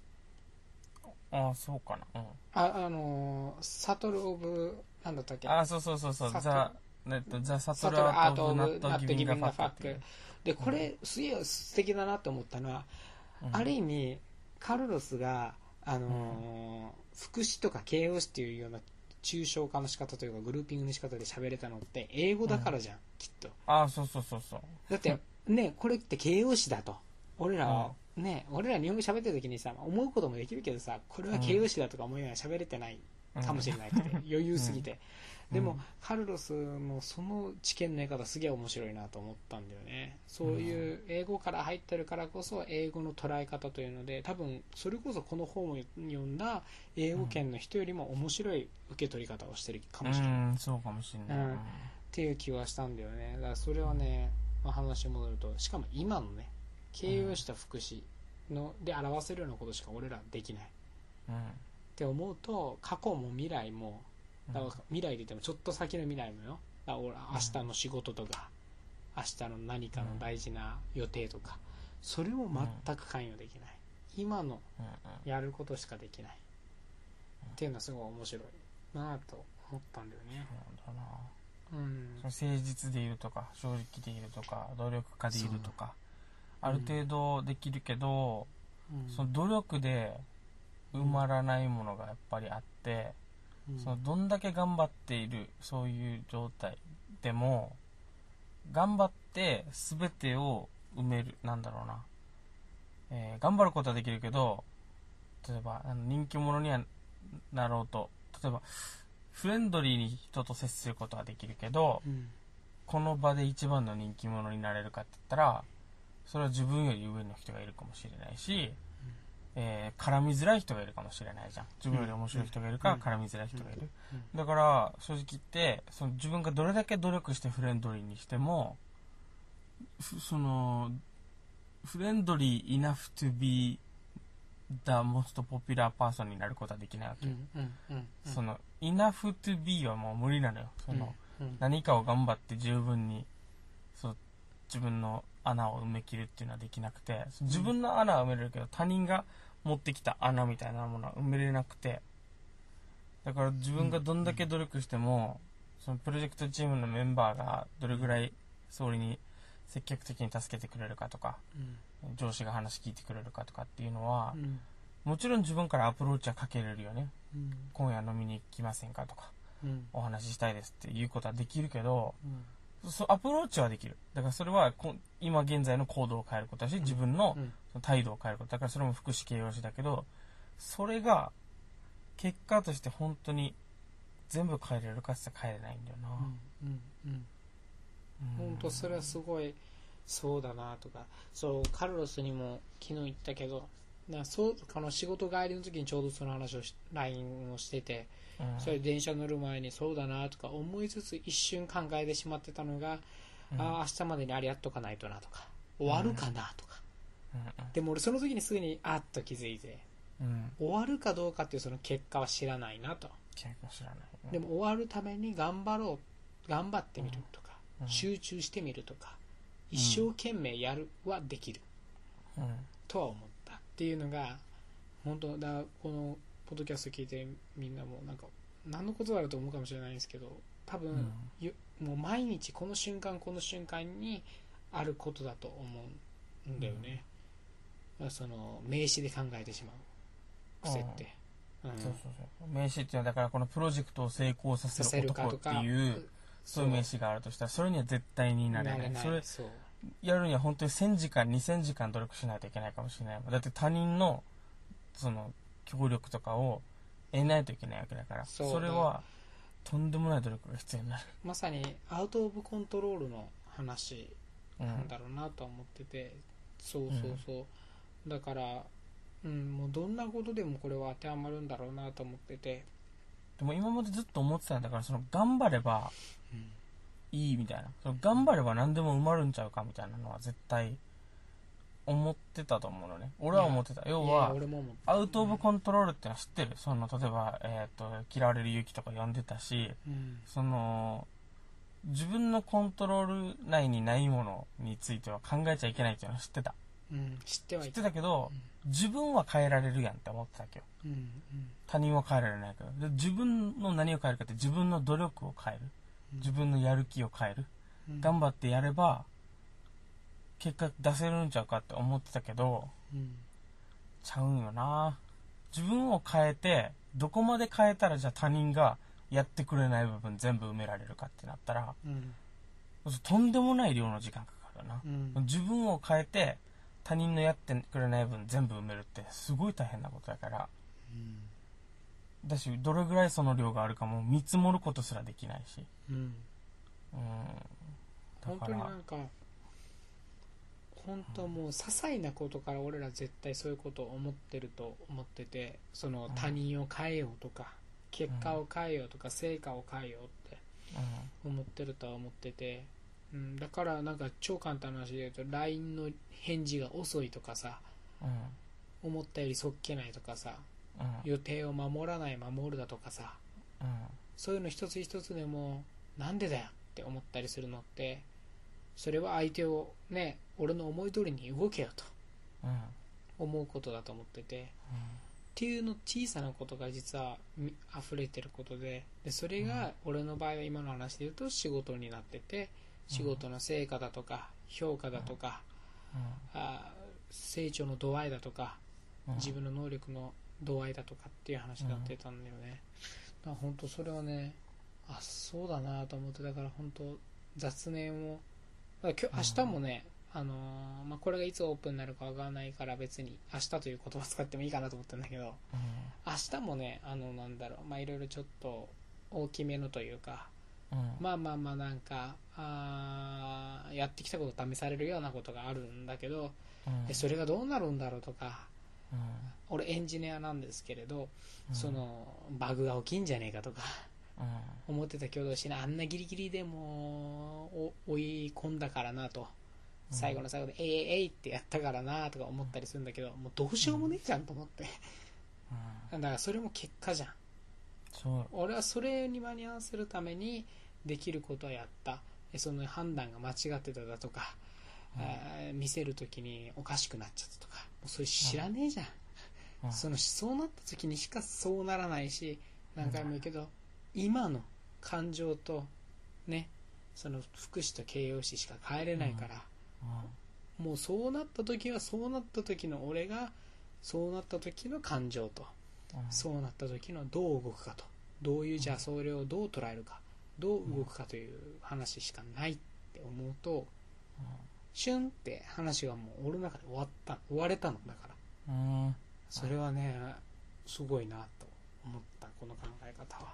A: うんあそうかなうん
B: ああのサトル・オブなんだったっけ
A: あそうそうそうそう
B: サト
A: ザえっとザ・サト
B: サト
A: ル
B: ル・ア
A: ア
B: ー
A: ー
B: ト・
A: ト・
B: オ
A: オブ・ナ
B: ブ・
A: ッ
B: ナ
A: ト・
B: ッ
A: ギ
B: ト・ギ
A: ビン
B: ビ
A: グ・
B: ン
A: フ
B: グ・
A: ァ
B: ファッ
A: ッ
B: ク
A: ク
B: でこれすげえ素敵だなと思ったのはある意味カルロスが、あのー副詞とか形容詞っていうような抽象化の仕方というかグルーピングの仕方で喋れたのって英語だからじゃん、きっと
A: あそうそうそうそう
B: だってねこれって形容詞だと俺らは、ね俺ら日本語喋ってる時にさ思うこともできるけどさこれは形容詞だとか思いながら喋れてない
A: うん
B: かもしれないくて、余裕すぎて、
A: うん
B: で
A: う
B: も
A: ん
B: カルロスのその知見の得方すげえ面白いなと思ったんだよねそういう英語から入ってるからこそ英語の捉え方というので多分それこそこの本を読んだ英語圏の人よりも面白い受け取り方をしてるかもしれない、っ
A: うんそうかもしれない
B: うんていう気はしたんだよねだからそれはね、まあ、話に戻るとしかも今のね形容した副詞ので表せるようなことしか俺らできない
A: うん
B: って思うと過去も未来も
A: うん
B: だから未来で言ってもちょっと先の未来もよだから俺明日の仕事とか明日の何かの大事な予定とかそれも全く関与できない今の
A: うん
B: やることしかできないっていうのはすごい面白いなぁと思ったんだよね
A: そうだな
B: うん
A: その誠実でいるとか正直でいるとか努力家でいるとかある程度できるけど、
B: うん
A: その努力で埋まらないものがやっぱりあって、
B: うん
A: そのどんだけ頑張っているそういう状態でも頑張って全てを埋めるなんだろうな、えー頑張ることはできるけど例えばあの人気者にはなろうと例えばフレンドリーに人と接することはできるけど
B: うん
A: この場で一番の人気者になれるかって言ったらそれは自分より上の人がいるかもしれないし、えー絡みづらい人がいるかもしれないじゃん自分より面白い人がいるか、
B: うん
A: 絡みづらい人がいる、
B: うん
A: だから正直言ってその自分がどれだけ努力してフレンドリーにしてもふそのフレンドリー enough to be the most popular person になることはできないわけ、
B: うんうんうんうん
A: その enough to be はもう無理なのよその、
B: うんうん
A: 何かを頑張って十分にそう自分の穴を埋め切るっていうのはできなくて自分の穴は埋めれるけど他人が持ってきた穴みたいなものは埋めれなくてだから自分がどんだけ努力しても、そのプロジェクトチームのメンバーがどれぐらい総理に積極的に助けてくれるかとか上司が話聞いてくれるかとかっていうのは
B: う、ん
A: もちろん自分からアプローチはかけれるよね
B: うん
A: 今夜飲みに行きませんかとか
B: うん
A: お話ししたいですっていうことはできるけど
B: うん
A: そうアプローチはできるだからそれはこ今現在の行動を変えることだし自分の
B: うん
A: その態度を変えることだからそれも福祉形容詞だけどそれが結果として本当に全部変えれるかって言ったら変えれないんだよな、
B: うんうん
A: うん
B: 本当それはすごいそうだなとかそうカルロスにも昨日言ったけどなそうあの仕事帰りの時にちょうどその話をし LINE をしてて
A: うん
B: それで電車乗る前にそうだなとか思いつつ一瞬考えてしまってたのが、
A: うん
B: ああ明日までにあれやっとかないとなとか終わるかなとか、
A: う
B: でも俺その時にすぐにあっと気づいて
A: んうんうん
B: 終わるかどうかっていうその結果は知らないなと
A: 結構知らないうん
B: でも終わるために頑張ろう頑張ってみるとか、
A: うん
B: 集中してみるとか
A: うん
B: 一生懸命やるはできる
A: うん
B: とは思ったっていうのが本当だこのポッドキャスト聞いてみんなもなんか何のことだろうと思うかもしれないんですけど多分、
A: うん
B: ゆもう毎日この瞬間この瞬間にあることだと思うんだよね、その名詞で考えてしまう癖って、うん
A: そうそうそう名詞っていうのはだからこのプロジェクトを成功さ
B: さ
A: せ
B: せ
A: る
B: るか
A: 男
B: と
A: って
B: か
A: いうそういう名詞があるとしたらそれには絶対にな
B: な
A: れな
B: れ
A: い
B: ない
A: それ
B: そう
A: やるには本当に1000時間2000時間努力しないといけないかもしれないだって他人のその協力とかを得ないといけないわけだから
B: そう
A: れはとんでもない努力が必要になる、
B: まさにアウト・オブ・コントロールの話
A: うん
B: なんだろうなとは思ってて、そうそうそう、だから、うん、もうどんなことでもこれは当てはまるんだろうなと思ってて、
A: でも今までずっと思ってたんだからその頑張れば
B: うん
A: いいみたいなその頑張れば何でも埋まるんちゃうかみたいなのは絶対思ってたと思うのね俺は思ってた要
B: いや
A: は
B: 俺も思っ
A: アウト・オブ・コントロールってのは知ってるその例えば、えーと「嫌われる勇気」とか読んでたし、
B: うん、
A: その自分のコントロール内にないものについては考えちゃいけないっていうのは知ってた
B: うん、知っては
A: 知
B: い
A: ってたけど
B: うん
A: 自分は変えられるやんって思ってたわけど
B: うんうん
A: 他人は変えられないけどで自分の何を変えるかって自分の努力を変える自分のやる気を変える
B: うん、
A: 頑張ってやれば結果出せるんちゃうかって思ってたけど
B: うん
A: ちゃうんよな自分を変えてどこまで変えたらじゃあ他人がやってくれない部分全部埋められるかってなったら
B: うん
A: とんでもない量の時間かかるな
B: う、ん
A: 自分を変えて他人のやってくれない分全部埋めるってすごい大変なことだからだしどれぐらいその量があるかも見積もることすらできないし
B: うん
A: うん
B: 本
A: だか
B: 当に
A: ら
B: なんか本当もう些細なことから俺ら絶対そういうことを思ってると思っててその
A: うん
B: 他人を変えようとか結果を変えようとか成果を変えようって思ってるとは思ってて、うん、だからなんか超簡単な話で言うと LINE の返事が遅いとかさ
A: うんうん
B: 思ったよりそっけないとかさ
A: うん
B: 予定を守らない守るだとかさ
A: うん
B: そういうの一つ一つでもなんでだよって思ったりするのってそれは相手をね俺の思い通りに動けよと
A: うん
B: 思うことだと思っててっていうの小さなことが実はみ溢れてることででそれが俺の場合は今の話で言うと仕事になってて仕事の成果だとか評価だとか、あー成長の度合いだとか
A: うん
B: 自分の能力の度合いだとかっていう話になってたんだよね、だから本当それはねあそうだなと思ってだから本当雑念をだから今日
A: うん
B: 明日もね、あのーまあ、これがいつオープンになるかわからないから別に明日という言葉使ってもいいかなと思ったんだけど
A: うん
B: 明日もねあのなんだろうまあいろいろちょっと大きめのというか
A: うん
B: まあまあまあなんかあーやってきたこと試されるようなことがあるんだけど
A: うん
B: でそれがどうなるんだろうとか
A: うん
B: 俺エンジニアなんですけれど、
A: うん
B: そのバグが起きんじゃねえかとか
A: うん
B: 思ってた挙動しなあんなギリギリでもお追い込んだからなと
A: うん
B: 最後の最後で「えいえいえい」ってやったからなとか思ったりするんだけどもうどうしようもねえじゃんと思って
A: うん
B: だからそれも結果じゃん
A: そう
B: 俺はそれに間に合わせるためにできることはやったえその判断が間違ってただとか、
A: うん
B: えー見せるときにおかしくなっちゃったとかもうそれ知らねえじゃん、
A: うん
B: そのそうなった時にしかそうならないし何回も言うけど、今の感情とねその副詞と形容詞しか変えれないから、もうそうなった時はそうなった時の俺がそうなった時の感情と
A: うんうん
B: そうなった時のどう動くかとどういうじゃあそれをどう捉えるかどう動くかという話しかないって思うとシュンって話がもう俺の中で終わった終われたのだから
A: うんうん
B: それはねすごいなと思ったこの考え方は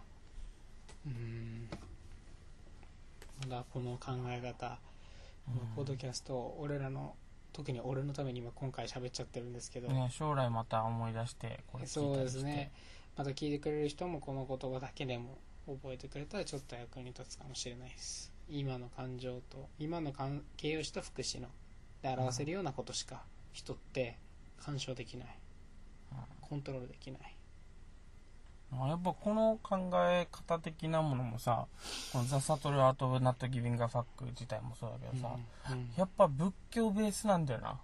B: うんまだこの考え方このポッドキャスト俺らの特に俺のために今今回喋っちゃってるんですけど、
A: ね将来また思い出してこれ聞
B: そ
A: いうた
B: で
A: りして
B: すねまた聞いてくれる人もこの言葉だけでも覚えてくれたらちょっと役に立つかもしれないです今の感情と今の感形容詞と副詞ので表せるようなことしか人って干渉できないコントロールできない
A: うんやっぱこの考え方的なものもさこの「ザ・サトル・アート・ナット・ギビング・ア・ファック」自体もそうだけどさ、
B: うん
A: やっぱ仏教ベースなんだよな、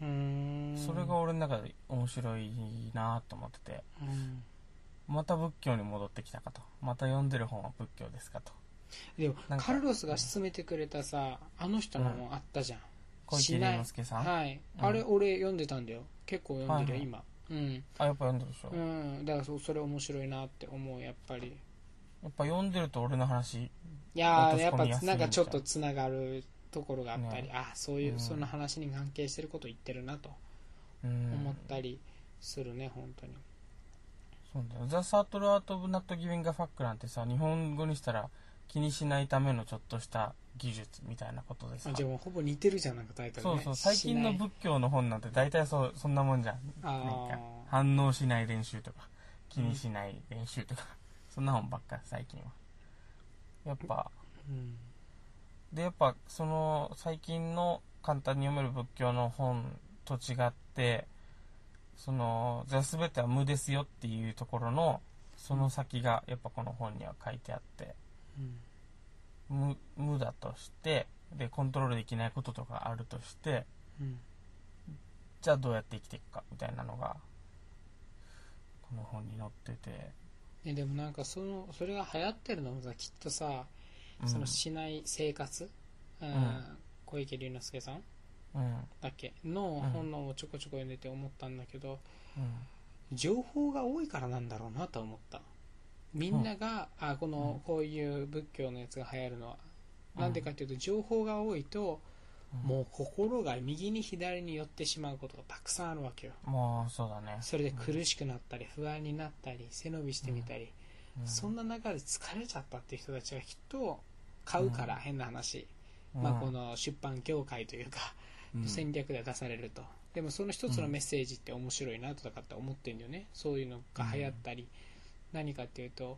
B: うん
A: それが俺の中で面白いなと思ってて
B: うん
A: また仏教に戻ってきたかとまた読んでる本は仏教ですかと
B: でも
A: なんか
B: カルロスが勧めてくれたさあの人のもあったじゃん、
A: 小池
B: しない
A: 龍之介さん、
B: はい、
A: うん
B: あれ俺読んでたんだよ結構読んでるよ、
A: は
B: 今うん
A: あやっぱ読んでるでしょ、
B: う
A: や
B: んだからそうそれ面白いなって思うやっぱり
A: っぱ読んでると俺の話
B: いや
A: 落
B: ー
A: とし
B: やっ
A: 込
B: ぱ
A: みやすい
B: なんかちょっとつながるところがあったり、
A: ね
B: あそういう、
A: うん
B: その話に関係してること言ってるなと
A: うん
B: 思ったりするね、本当に
A: そうだよ。ザ・サートル・アート・ブ・ナット・ギビング・ファックなんてさ、日本語にしたら気にしないためのちょっとした技術みたいなことでさ
B: あ。じゃあもうほぼ似てるじゃんなんかタイトル
A: そ
B: ね
A: うそう、最近の
B: しない
A: 仏教の本なんて大体そう、そんなもんじゃん。なん
B: あ
A: か、
B: あ
A: 反応しない練習とか、気にしない練習とか、そんな本ばっか、最近は。やっぱ、
B: うん
A: で、やっぱ、その、最近の簡単に読める仏教の本と違って、その、じゃあ全ては無ですよっていうところの、その先が、やっぱこの本には書いてあって、
B: うん
A: 無無だとしてでコントロールできないこととかあるとして
B: うん
A: じゃあどうやって生きていくかみたいなのがこの本に載ってて、
B: えでもなんかそのそれが流行ってるのもさきっとさ、
A: うん、
B: そのしない生活、うん
A: ん
B: 小池龍之介さん
A: うんうん
B: だっけの本能をちょこちょこ読んでて思ったんだけど、情報が多いからなんだろうなと思ったみんなが、あこ
A: う
B: の
A: ん
B: こういう仏教のやつが流行るのは
A: うん
B: なんでかっていうと情報が多いと、
A: うん
B: もう心が右に左に寄ってしまうことがたくさんあるわけよ
A: もうそうだね
B: それで苦しくなったり不安になったり背伸びしてみたり、
A: うん
B: そんな中で疲れちゃったっていう人たちがきっと買うから、
A: うん
B: 変な話、
A: うん
B: まあ、この出版業界というか、
A: うん
B: 戦略で出されるとでもその一つのメッセージって面白いなとだかって思ってるんだよねそういうのが流行ったり、何かっていうと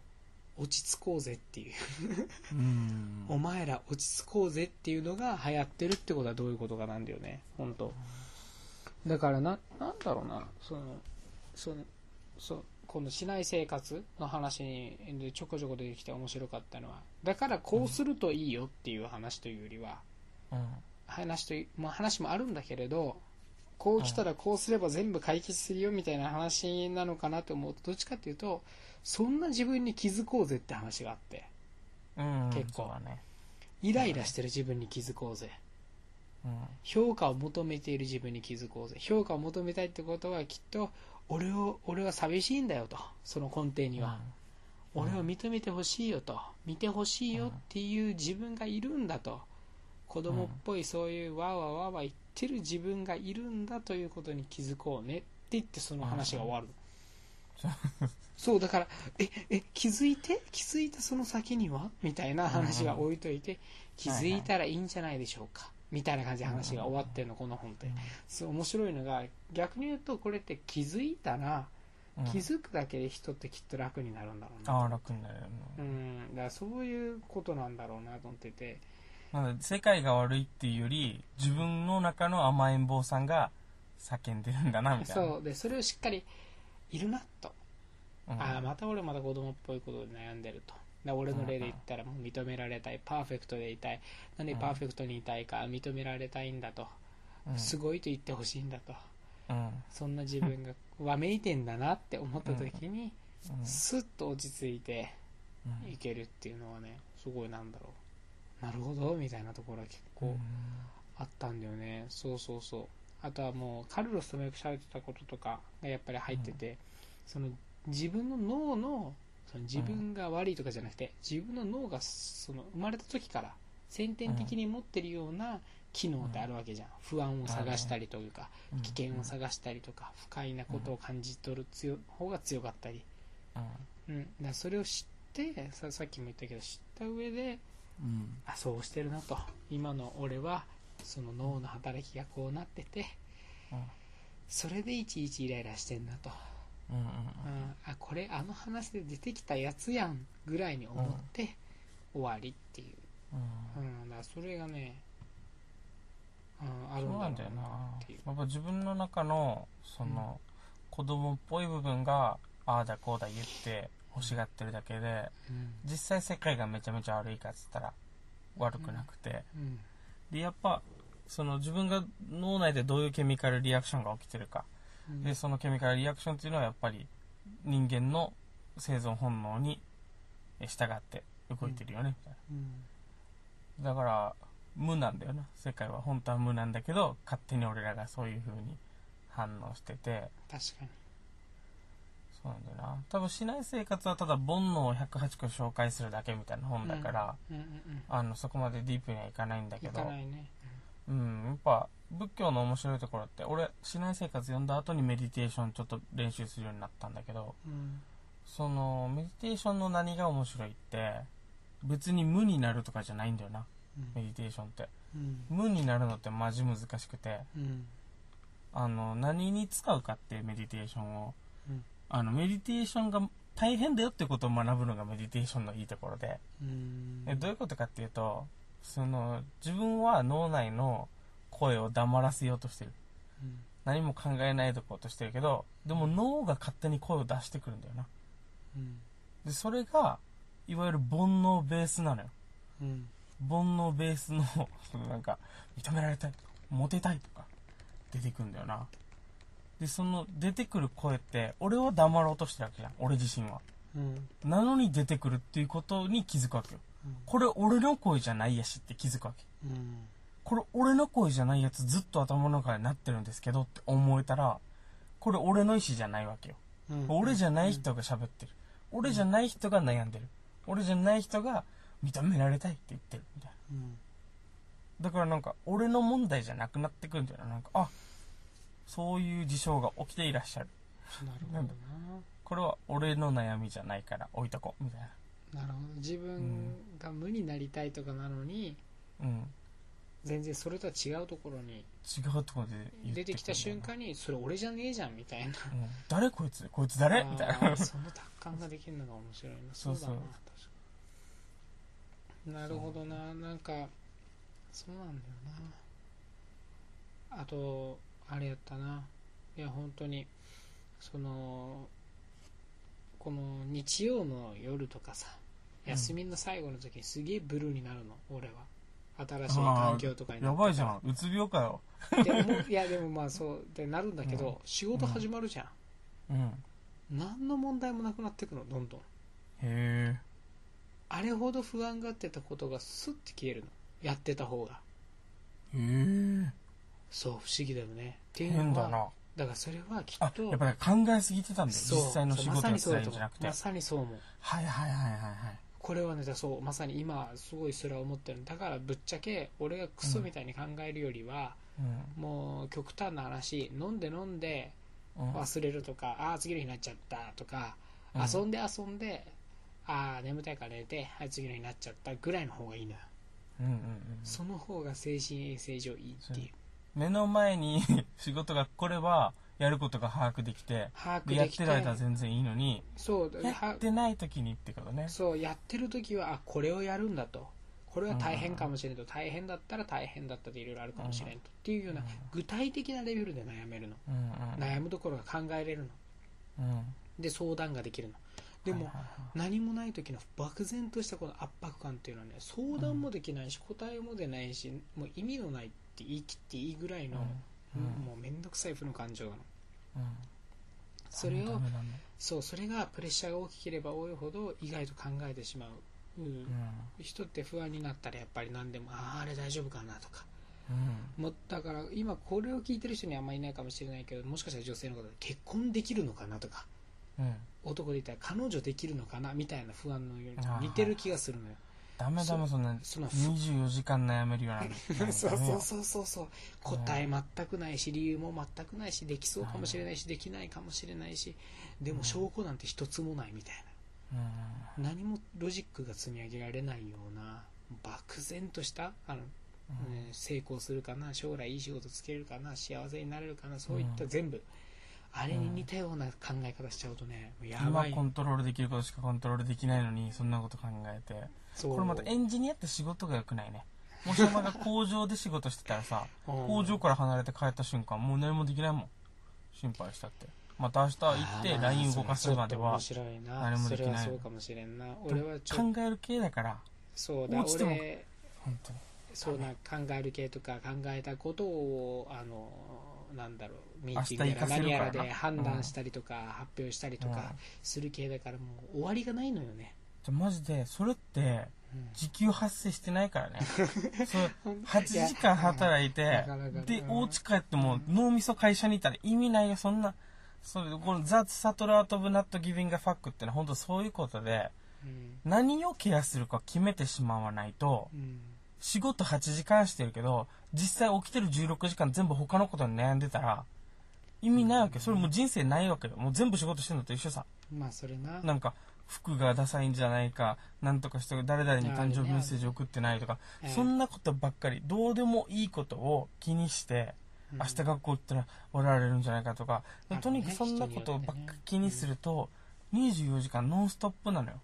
B: 落ち着こうぜっていう、
A: うん
B: お前ら落ち着こうぜっていうのが流行ってるってことはどういうことかなんだよね本当だからななんだろうなそのそのそうこのしない生活の話にでちょこちょこ出てきて面白かったのはだからこうするといいよっていう話というよりは、
A: うん
B: 話とい、まあ、話もあるんだけれどこう来たらこうすれば全部解決するよみたいな話なのかなと思うとどっちかっていうとそんな自分に気づこうぜって話があって
A: うん
B: 結構
A: そうだね
B: イライラしてる自分に気づこうぜ
A: うん
B: 評価を求めている自分に気づこうぜ評価を求めたいってことはきっと俺を俺は寂しいんだよとその根底には、
A: うん
B: 俺を認めてほしいよと見てほしいよっていう自分がいるんだと子供っぽいそういうわーわーわーわー言ってる自分がいるんだということに気づこうねって言ってその話が終わる、そうだからええ気づいて気づいたその先にはみたいな話が置いといて、気づいたらいいんじゃないでしょうか、みたいな感じで話が終わってるの、この本って。そう面白いのが、逆に言うとこれって気づいたら、
A: うん
B: 気づくだけで人ってきっと楽になるんだろうな。
A: ああ楽になるよね、
B: うん、だからそういうことなんだろうなと思ってて、
A: なんか世界が悪いっていうより自分の中の甘えん坊さんが叫んでるんだなみたいな
B: そう、で、それをしっかり、いるなと。
A: うん
B: ああ、また俺また子供っぽいことで悩んでると。だ俺の例で言ったらもう認められたい、パーフェクトでいたい、なんでパーフェクトにいたいか、認められたいんだと、
A: うん
B: すごいと言ってほしいんだと、
A: うん
B: そんな自分がわめいてんだなって思った時に、
A: うん
B: スッと落ち着いて
A: うん
B: いけるっていうのはね、すごいなんだろう、なるほどみたいなところは結構あったんだよね、そうそうそう、あとはもう、カルロスともよく喋ってたこととかがやっぱり入ってて、その自分の脳の、その自分が悪いとかじゃなくて、自分の脳がその生まれた時から先天的に持ってるような機能ってあるわけじゃん、不安を探したりというか、
A: うん
B: 危険を探したりとか、不快なことを感じ取る強方が強かったり、
A: うん
B: うん、だからそれを知ってさ、さっきも言ったけど、知った上で、
A: うん
B: あそうしてるなと今の俺はその脳の働きがこうなっててそれでいちいちイライラしてんなと、
A: うんうん
B: うん、あこれあの話で出てきたやつやんぐらいに思って終わりっていう、
A: うん
B: うん、だからそれがね、うん、あ
A: そ
B: る
A: うん
B: だ
A: な
B: ろ
A: んだよ
B: う
A: な
B: なっていう
A: やっぱ自分の中のその、子供っぽい部分がああだこうだ言って欲しがってるだけで
B: うん
A: 実際世界がめちゃめちゃ悪いかっつったら悪くなくて、
B: うん
A: でやっぱその自分が脳内でどういうケミカルリアクションが起きてるか
B: うん
A: でそのケミカルリアクションっていうのはやっぱり人間の生存本能にえ従って動いてるよねみたい
B: うん
A: なだから無なんだよな世界は本当は無なんだけど勝手に俺らがそういう風に反応してて
B: 確かに
A: そうなんだよな多分しない生活はただ煩悩を108個紹介するだけみたいな本だから、
B: うんうん
A: あのそこまでディープにはいかないんだ
B: うん
A: け
B: いか
A: ど
B: ないね
A: うん、やっぱ仏教の面白いところって俺市内生活読んだ後にメディテーションちょっと練習するようになったんだけど
B: うん
A: そのメディテーションの何が面白いって別に無になるとかじゃないんだよな
B: うん
A: メディテーションって
B: うん
A: 無になるのってマジ難しくて
B: うん
A: あの何に使うかってメディテーションを、
B: うん
A: あのメディテーションが大変だよってことを学ぶのがメディテーションのいいところで、
B: うん
A: えどういうことかっていうとその自分は脳内の声を黙らせようとしてる
B: うん
A: 何も考えないとこうとしてるけどでも脳が勝手に声を出してくるんだよな
B: うん
A: でそれがいわゆる煩悩ベースなのよ
B: うん
A: 煩悩ベースの (laughs) そのなんか認められたいとかモテたいとか出てくるんだよなでその出てくる声って俺は黙ろうとしてるわけじゃん俺自身は
B: うん
A: なのに出てくるっていうことに気づくわけよこれ俺の声じゃないやしって気づくわけ
B: うん
A: これ俺の声じゃないやつずっと頭の中になってるんですけどって思えたらこれ俺の意思じゃないわけよ
B: うん
A: 俺じゃない人が喋ってる、俺じゃない人が悩んでる俺じゃない人が認められたいって言ってるみたい
B: うん
A: なだからなんか俺の問題じゃなくなってくるんだよななんかあそういう事象が起きていらっしゃる
B: なるほ
A: なんだこれは俺の悩みじゃないから置いとこうみたい
B: どななるほど自分が無になりたいとかなのに
A: なうん
B: 全然それとは違うところに
A: 違うところで言って
B: 出てきた
A: くる
B: 瞬
A: んだよ
B: 間にそれ俺じゃねえじゃんみたいな
A: な、うん誰こいつこいつ誰みたい
B: あ (laughs)
A: な
B: ーその達観ができるのが面白いな
A: そうそう
B: だな確かになるほどななんかそうなんだよなあとあれやったないや本当にそのこの日曜の夜とかさ
A: うん
B: 休みの最後の時にすげえブルーになるの俺は新しい環境とかにな
A: や
B: って
A: ばいじゃんうつ病かよ
B: でもういやでもまあそうでなるんだけど、
A: うん
B: 仕事始まるじゃん、
A: うんへ
B: 何の問題もなくなってくのどんどん
A: え
B: あれほど不安がってたことがスッて消えるのやってた方が
A: へえ
B: そう不思議だよねっていう
A: 変
B: の
A: だ
B: は
A: な
B: だからそれはき
A: あ
B: っと
A: やっぱり考えすぎてたんだよ
B: そう
A: 実際の仕
B: そう
A: 事
B: まさ
A: や
B: に
A: つ
B: そう
A: ら
B: だ
A: いい
B: と
A: んじ
B: 思
A: ゃ
B: う
A: なくて
B: まさにそう思う
A: はいはいはいはいはい
B: これはねだからそうまさに今すごいそれは思ってるだからぶっちゃけ俺がクソみたいに考えるよりは、もう極端な話飲んで飲んで
A: うんうん
B: 忘れるとか、ああ次の日になっちゃったとか、
A: うん
B: 遊んで遊んでああ眠たいから寝てはい次の日になっちゃったぐらいの方がいいのよ
A: ううんうんうん
B: その方が精神衛生上いいっていう
A: 目の前に (laughs) 仕事が来ればやることが把握できて
B: 把
A: で
B: 握
A: や
B: で
A: っ
B: きて
A: てる間は全然いいのに
B: そう
A: や
B: は
A: ってない時にってことね
B: そうやってる時はあこれをやるんだとこれは大変かもしれんと大変だったら大変だったでいろいろあるかもしれんとっていうような
A: うん
B: 具体的なレベルで悩めるの
A: うんうん
B: 悩むところが考えれるの
A: うん
B: で相談ができるのでも
A: はいはいはい
B: 何もない時の漠然としたこの圧迫感っていうのはね相談もできないし答えも出ないしもう意味のないって言い切っていいぐらいの
A: うん
B: もう面倒くさい負の感情なの
A: うんうん
B: それ
A: ダ
B: を
A: メなんだ
B: そうそれがプレッシャーが大きければ多いほど意外と考えてしまう、うん
A: うん
B: 人って不安になったらやっぱり何でもあああれ大丈夫かなとか
A: うん
B: もうだから今これを聞いてる人にはあんまりいないかもしれないけどもしかしたら女性の方で結婚できるのかなとか
A: うん
B: 男で言ったら彼女できるのかなみたいな不安のよ
A: あー
B: うに似てる気がするのよ
A: ダメダメそんな
B: その
A: 24時間悩めるような
B: (laughs) そう
A: なんか
B: そ
A: ね
B: うそうそうそう答え全くないし理由も全くないしできそうかもしれないしできないかもしれないしでも証拠なんて一つもないみたいな
A: うん
B: 何もロジックが積み上げられないような漠然としたあの、
A: うん
B: ね成功するかな将来いい仕事つけるかな幸せになれるかなそういった
A: うん
B: 全部、あれに似たような考え方しちゃうとねもうやば
A: 今
B: い
A: コントロールできることしかコントロールできないのにそんなこと考えて
B: そう
A: これまたエンジニアって仕事が良くないねもしお前が工場で仕事してたらさ
B: うん
A: 工場から離れて帰った瞬間もう何もできないもん心配したってまた明日行っ
B: あ
A: て
B: ー
A: LINE 動かすまでは
B: それちょっと面白いな
A: 何も
B: そ
A: でき
B: れ
A: ない
B: はそうかもしれんな俺はちょっと
A: 考える系だから
B: そうだ
A: 落ちても
B: 俺
A: 本当に
B: そうな考える系とか考えたことをあのなんだろうミーティング
A: 明日
B: やら
A: 活かせ
B: 何
A: るか
B: や
A: らな
B: らで判断したりとか、発表したりと
A: うん
B: かする系だからもう終わりがないのよね、
A: じゃあマジでそれって
B: うん
A: 時給発生してないから
B: (laughs)
A: ねそう8時
B: いや
A: 間働い
B: な
A: て
B: かなか
A: で
B: うん
A: お家帰っても脳みそ会社にいたら意味ないよそんなそれこの「ザ・サトル・アート・ブ・ナット・ギビング・ファック」ってのは本当そういうことで
B: うん
A: 何をケアするか決めてしまわないと
B: うん
A: 仕事8時間してるけど実際起きてる16時間全部他のことに悩んでたら意味ないわけよそれもう人生ないわけよもう全部仕事してんのと一緒さ
B: まあそれな
A: なんか服がダサいんじゃないかなんとかして誰々に誕生日メッセージ送ってないとか
B: ええ
A: そんなことばっかりどうでもいいことを気にして
B: うん
A: 明日学校行ったら笑われるんじゃないかとか
B: なんか
A: と
B: ね
A: にかくそんなことばっか気にす
B: 人によ
A: ると24時間ノンストップなのよ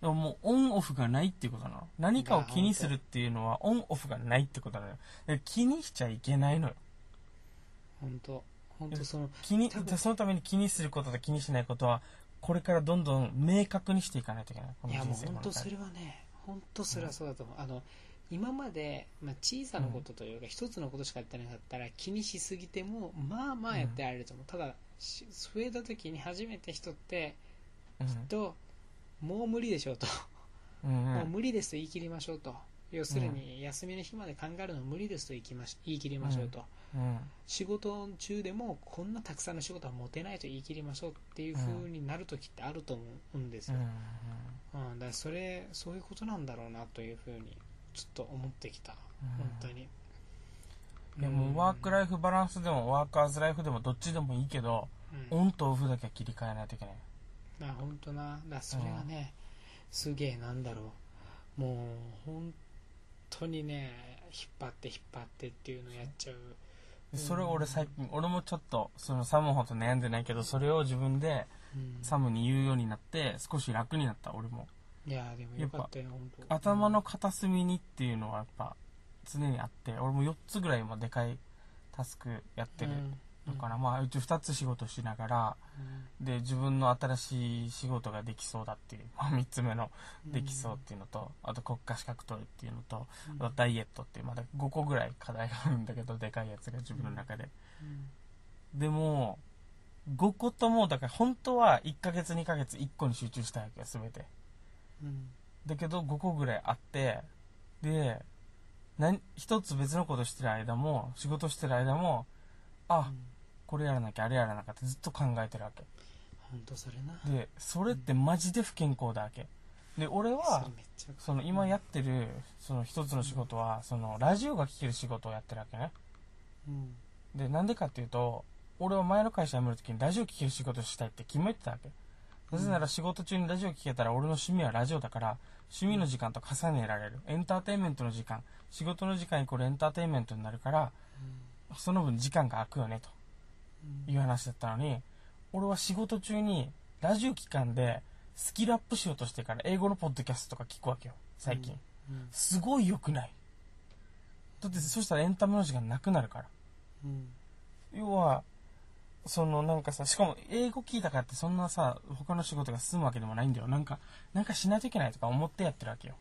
A: でももうオンオフがないっていうことなの何かを気にするっていうのはオンオフがないってことなのよで気にしちゃいけないのよ
B: 本当本当その
A: 気に
B: 多分
A: でそのために気にすることと気にしないことはこれからどんどん明確にしていかないといけないこの
B: いやも
A: 人生
B: う本
A: の中
B: 当
A: で
B: それはね本当それはそうだと思う、あの今まで、まあ、小さなことというか一つのことしかやってなかったら気にしすぎてもまあまあやってられると思う、ただし増えた時に初めて人ってともう無理でしょうと、
A: うんうん
B: もう無理ですと言い切りましょうと要するに休みの日まで考えるの無理ですと言いきまし言い切りましょうと、
A: うん
B: 仕事中でもこんなたくさんの仕事は持てないと言い切りましょうっていう風になる時ってあると思うんです
A: う
B: よ、
A: ん
B: うん、だからそれそういうことなんだろうなというふうにちょっと思ってきた、
A: うん
B: 本当に
A: いやもうワーク
B: イ
A: ライフバランスでもワーカーズライフでもどっちでもいいけど
B: フ、うん
A: オンとオフだけは切り替えないといけない
B: あ本当なだからそれがね、すげえなんだろうもう本当にね引っ張って引っ張ってっていうのをやっちゃう
A: でそれを俺最近俺もちょっとそのサムほど悩んでないけどそれを自分で
B: うん
A: サムに言うようになって少し楽になった俺も
B: いやでもよかったよ本当
A: 頭の片隅にっていうのはやっぱ常にあって俺も4つぐらい今でかいタスクやってるのかな、まあうち2つ仕事しながらで自分の新しい仕事ができそうだっていう、 (laughs) まあ、3つ目のできそうっていうのと、あと国家資格取るっていうのと、
B: うん、
A: あとダイエットっていうまだ5個ぐらい課題があるんだけどでかいやつが自分の中で、
B: うん
A: でも5個ともだから本当は1ヶ月2ヶ月1個に集中したいわけよ全て
B: うん
A: だけど5個ぐらいあってで何一つ別のことしてる間も仕事してる間もあ
B: うん
A: これやらなきゃあれやらなきゃってずっと考えてるわけ
B: 本当それな
A: でそれってマジで不健康だわけで俺
B: そ
A: は
B: れめっちゃ
A: その今やってるその一つの仕事はそのラジオが聴ける仕事をやってるわけね
B: うん
A: でなんでかっていうと俺は前の会社辞める時にラジオ聴ける仕事したいって決めてたわけなぜなら仕事中にラジオ聞けたら俺の趣味はラジオだから、趣味の時間と重ねられる。エンターテインメントの時間、仕事の時間イコールエンターテインメントになるから、その分時間が空くよね、という話だったのに、俺は仕事中にラジオ期間でスキルアップしようとしてから英語のポッドキャストとか聞くわけよ、最近。
B: うん
A: すごい良くないだってそしたらエンタメの時間なくなるから。
B: うん
A: 要はそのなんかさしかも英語聞いたからってそんなさ他の仕事が進むわけでもないんだよなんかなんかしないといけないとか思ってやってるわけよ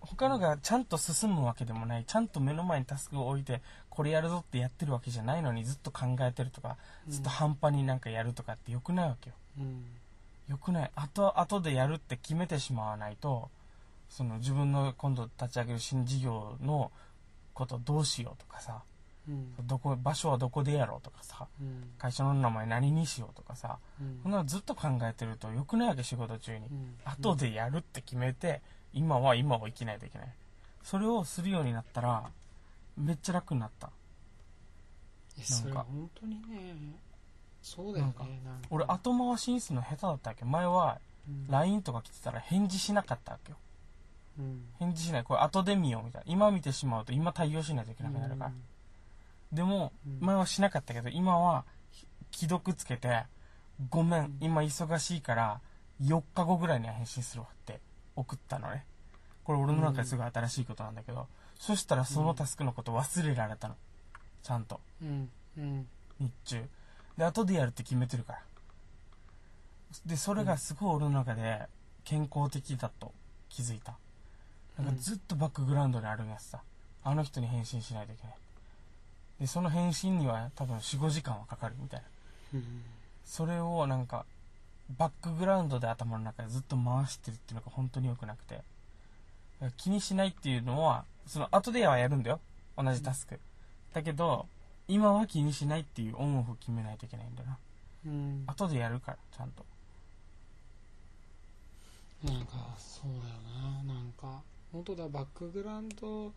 A: 他のがちゃんと進むわけでもないちゃんと目の前にタスクを置いてこれやるぞってやってるわけじゃないのにずっと考えてるとかずっと半端になんかやるとかって良くないわけよ
B: うん
A: 良くない後後でやるって決めてしまわないとその自分の今度立ち上げる新事業のことどうしようとかさ
B: うん
A: どこ場所はどこでやろうとかさ
B: うん
A: 会社の名前何にしようとかさ、
B: うん
A: そんなのずっと考えてるとよくないわけ仕事中に
B: う。ん
A: 後でやるって決めて、今は今を生きないといけない。それをするようになったら、めっちゃ楽になった。
B: いやそれ本当にねそうだよねなんか
A: 俺後回しにするの下手だったわけ。前は
B: うん
A: LINE とか来てたら返事しなかったわけよ。
B: うん
A: 返事しない。これ後で見ようみたいな。今見てしまうと今対応しないといけなくなるから。でも、
B: うん
A: 前はしなかったけど、今はひ既読つけて、ごめん、今忙しいから、4日後ぐらいには返信するわって送ったのね。これ俺の中ですごい新しいことなんだけど、そしたらそのタスクのこと忘れられたの。ちゃんと、
B: うんうん
A: 日中。で、後でやるって決めてるから。で、それがすごい俺の中で健康的だと気づいた。なんかずっとバックグラウンドにあるんやつさ。あの人に返信しないといけない。で、その返信には多分4、5時間はかかるみたいな。
B: うん
A: それをなんか、バックグラウンドで頭の中でずっと回してるっていうのが本当に良くなくて。だから気にしないっていうのは、その後ではやるんだよ。同じタスク。だけど、今は気にしないっていうオンオフを決めないといけないんだよな。
B: うん
A: 後でやるから、ちゃんと。
B: なんかそうだよななんか本当だバックグラウンド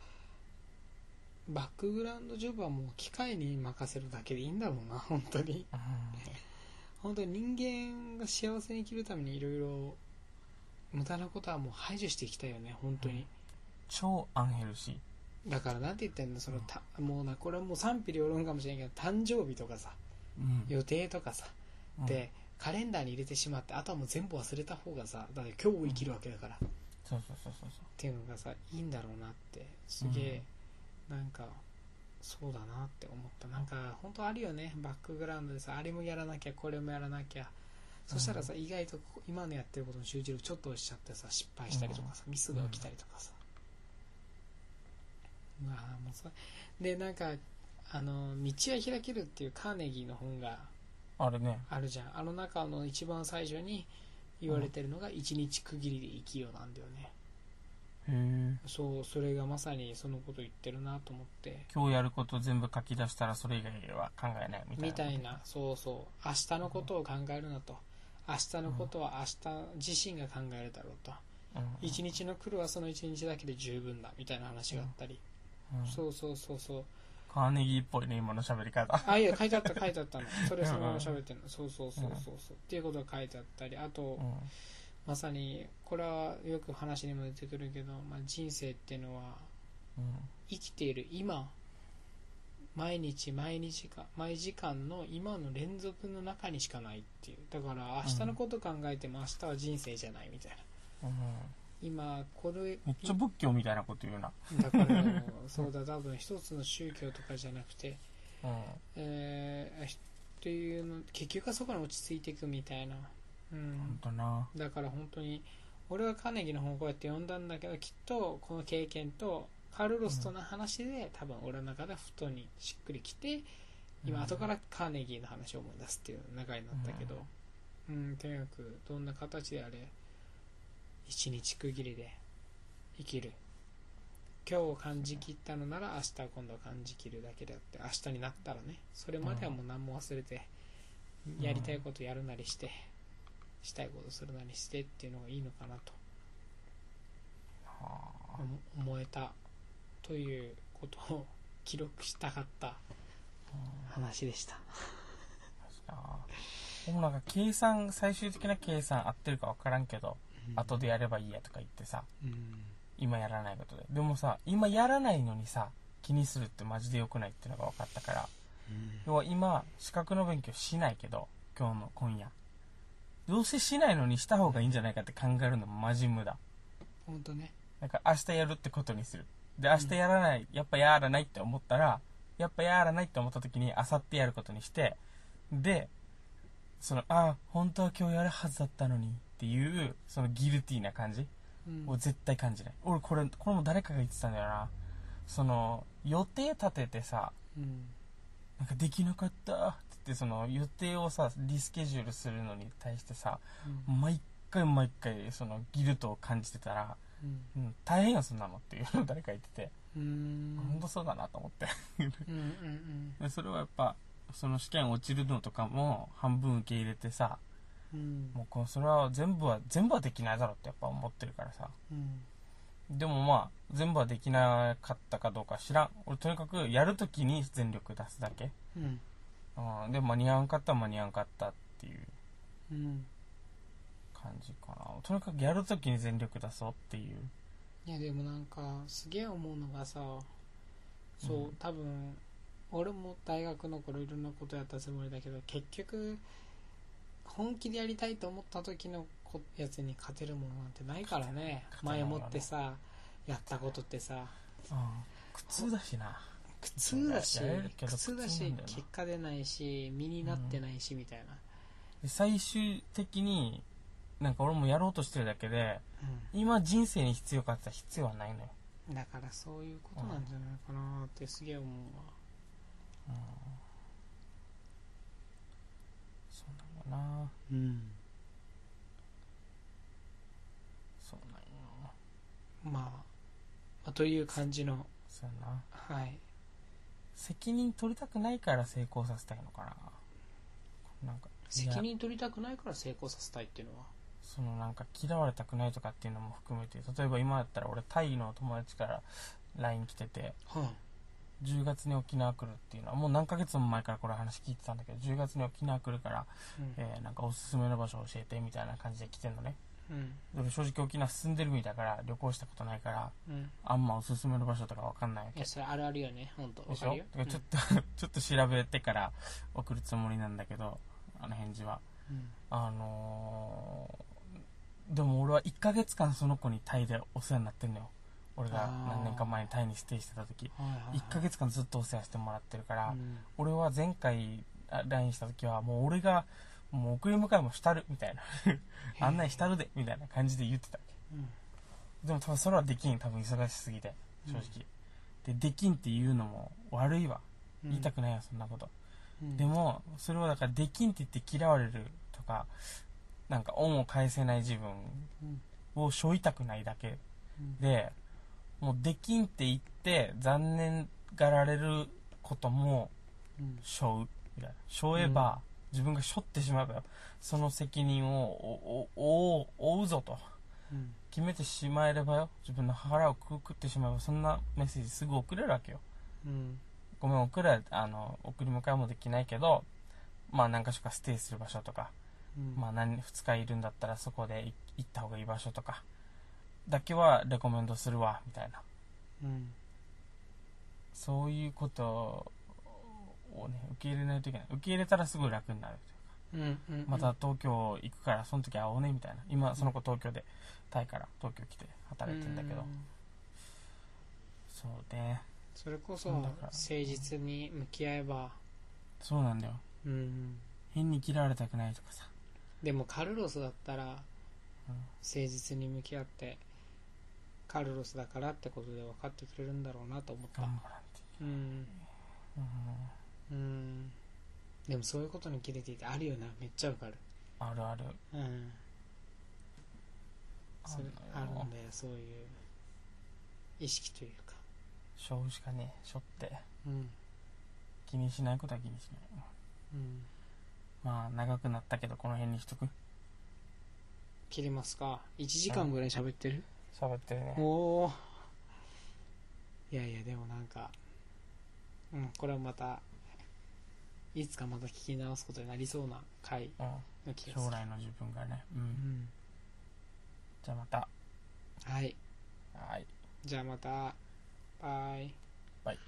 B: バックグラウンドジョブはもう機械に任せるだけでいいんだろうな (laughs) 本当に
A: うん
B: 本当に人間が幸せに生きるためにいろいろ無駄なことはもう排除していきたいよね本当に
A: 超アンヘルシー。
B: だからなんて言ったらいいんだそのたもうなこれはもう賛否両論かもしれんけど誕生日とかさ
A: うん
B: 予定とかさ
A: うん
B: でカレンダーに入れてしまってあとはもう全部忘れた方がさだから今日を生きるわけだから
A: そうそうそうそうそう。
B: っていうのがさいいんだろうなってすげえ、なんかそうだなって思ったなんか本当あるよねバックグラウンドでさあれもやらなきゃこれもやらなきゃそしたらさ、意外とこ今のやってることの集中力ちょっと落ちちゃってさ失敗したりとかさ、ミスが起きたりとかさ、うわあもうそでなんかあの「道は開ける」っていうカーネギーの本が
A: あれね。
B: あるじゃんあの中の一番最初に言われてるのが「一日区切りで生きよ」うなんだよね、
A: へえ。
B: そうそれがまさにそのこと言ってるなと思って
A: 今日やること全部書き出したらそれ以外は考えないみたいな。
B: みたいなそうそう明日のことを考えるなと明日のことは明日自身が考えるだろうと
A: うん。
B: 一日の苦労はその一日だけで十分だみたいな話があったり
A: うん
B: そうそうそうそう
A: カーネギーっぽいね、今の喋り方。
B: あいや書いてあった書いてあっ
A: (laughs)
B: たのそれそのまま喋ってるのそうそうそうそうそうっていうことが書いてあったりあと
A: うん
B: まさにこれはよく話にも出てくるけど、まあ、人生っていうのは
A: うん
B: 生きている今毎日毎日か毎時間の今の連続の中にしかないっていうだから明日のこと考えても明日は人生じゃないみたいな
A: うん
B: 今これ
A: めっちゃ仏教みたいなこと言うな。
B: だからもうそうだ多分一つの宗教とかじゃなくて
A: うん。
B: えー、っていうの結局はそこに落ち着いていくみたいなう
A: ほん
B: ん
A: とな。
B: だから本当に俺はカーネギーの本をこうやって読んだんだけどきっとこの経験とカルロスとの話で、多分俺の中ではふとにしっくりきて今後からカーネギーの話を思い出すっていう流れになったけどうん、とにかくどんな形であれ一日区切りで生きる今日を感じきったのなら明日は今度は感じきるだけであって明日になったらねそれまではもう何も忘れて
A: ん
B: やりたいことやるなりしてしたいことするなりしてっていうのがいいのかなと
A: はあ
B: 思思えたということを記録したかった話でした。
A: 確かでもなんか計算最終的な計算合ってるか分からんけど、後でやればいいやとか言ってさ
B: うん
A: 今やらないことででもさ今やらないのにさ気にするってマジで良くないっていうのが分かったから要は今資格の勉強しないけど今日の今夜どうせしないのにした方がいいんじゃないかって考えるのもマジ無駄
B: 本当ね
A: だから明日やるってことにするで明日やらない、やっぱやらないって思ったらやっぱやらないって思った時に明後日やることにしてでそのあ本当は今日やるはずだったのにっていうそのギルティーな感じ
B: うん
A: を絶対感じない俺これこれも誰かが言ってたんだよなその予定立ててさ
B: うん
A: なんかできなかったって言ってその予定をさリスケジュールするのに対してさ
B: うん
A: 毎回毎回そのギルトを感じてたら、
B: うん
A: うん、大変よそんなのっていうのを誰か言ってて、
B: うん
A: ほんとそうだなと思って (laughs)
B: うんうん
A: でそれはやっぱその試験落ちるのとかも半分受け入れてさ
B: うんうん
A: もうこうそれは全部は全部はできないだろうってやっぱ思ってるからさ
B: うん
A: でもまあ全部はできなかったかどうか知らん俺とにかくやるときに全力出すだけ、
B: うん
A: うん、で間に合わんかったら間に合わんかったっていう
B: うん
A: 感じかなとにかくやるときに全力出そうっていう
B: いやでもなんかすげえ思うのがさそう、
A: うん
B: 多分俺も大学の頃いろんなことやったつもりだけど結局本気でやりたいと思った時のこやつに勝てるものなんてないからね
A: 勝てない
B: 前もってさやったことってさ
A: 苦痛だしな
B: 苦痛だし
A: やれるけ
B: 苦
A: ど
B: 痛だ
A: 苦痛な
B: し
A: んだよな
B: 結果出ないし身になってないしみたいな、
A: で最終的になんか俺もやろうとしてるだけで
B: うん
A: 今人生に必要かって言ったら必要はないのよ、
B: だからそういうことなんじゃないかなってすげえ思うわ
A: うん、そうなんだな
B: うん
A: そうなんよ
B: まあ、まあという感じの
A: そうやな
B: はい
A: 責任取りたくないから成功させたいのかななんかいや
B: 責任取りたくないから成功させたいっていうのは
A: そのなんか嫌われたくないとかっていうのも含めて例えば今だったら俺タイの友達から LINE 来てて
B: は
A: 10月に沖縄来るっていうのはもう何ヶ月も前からこれ話聞いてたんだけど10月に沖縄来るから、
B: うん
A: えーなんかおすすめの場所教えてみたいな感じで来てんのね
B: うん
A: で俺正直沖縄住んでるみたいだから旅行したことないから
B: うん
A: あんまおすすめの場所とかわかんないわ
B: い
A: け
B: やそれあるあるよね本当
A: で
B: わ
A: し
B: か
A: ょ
B: るよ
A: だからちょっと、 (laughs) ちょっと調べてから送るつもりなんだけどあの返事は
B: うん
A: あのーでも俺は1ヶ月間その子にタイでお世話になってんのよ俺が何年か前にタイにステイしてた時
B: はいはいはい
A: 1ヶ月間ずっとお世話してもらってるから、
B: うん
A: 俺は前回あ LINE した時はもう俺がもう送り迎えもしたるみたい
B: (laughs)
A: な案内したるでみたいな感じで言ってたわ
B: うん
A: けでも多分それはできん多分忙しすぎて正直、でできんって言うのも悪いわ
B: うん
A: 言いたくないよそんなこと、
B: うん
A: でもそれはだからできんって言って嫌われるとかなんか恩を返せない自分
B: うん
A: を背負いたくないだけ
B: うん
A: でもうできんって言って残念がられることも
B: うん
A: 背負うみたいな背負えば、自分が背負ってしまえばよその責任をおおお負うぞと
B: うん
A: 決めてしまえればよ自分の腹をくくってしまえばそんなメッセージすぐ送れるわけよ
B: うん
A: ごめん送らあの送り迎えもできないけどまあ何か所かステイする場所とか、
B: うん
A: まあ何2日いるんだったらそこでい行った方がいい場所とかだけはレコメンドするわみたいな
B: うん
A: そういうことをね受け入れないといけない受け入れたらすごい楽になる
B: うんうん
A: また東京行くからその時会おうねみたいな今その子東京でタイから東京来て働いてんだけど、
B: うん
A: そうね
B: それこそ
A: そうだ
B: 誠
A: から
B: 実に向き合えば
A: そうなんだよ
B: うん
A: 変に嫌われたくないとかさ
B: でもカルロスだったら
A: うん
B: 誠実に向き合ってカルロスだからってことで分かってくれるんだろうなと思った
A: 頑張らんって
B: うん
A: いう、うん、
B: うんでもそういうことに切れていてあるよなめっちゃわかる
A: あるある
B: うんそれあ
A: のよ
B: るんだよそういう意識というか
A: しょうしかねしょって
B: うん
A: 気にしないことは気にしない
B: うん
A: まあ長くなったけどこの辺にしとく
B: 切りますか1時間ぐらい喋ってる
A: 喋ってるね
B: おおいやいやでもなんかうんこれはまたいつかまた聞き直すことになりそうな回
A: うん、
B: の気が
A: 将
B: する、
A: 来の自分がね、う、
B: うんん、
A: じゃあまた
B: はい
A: はい
B: じゃあまたバイ
A: バイ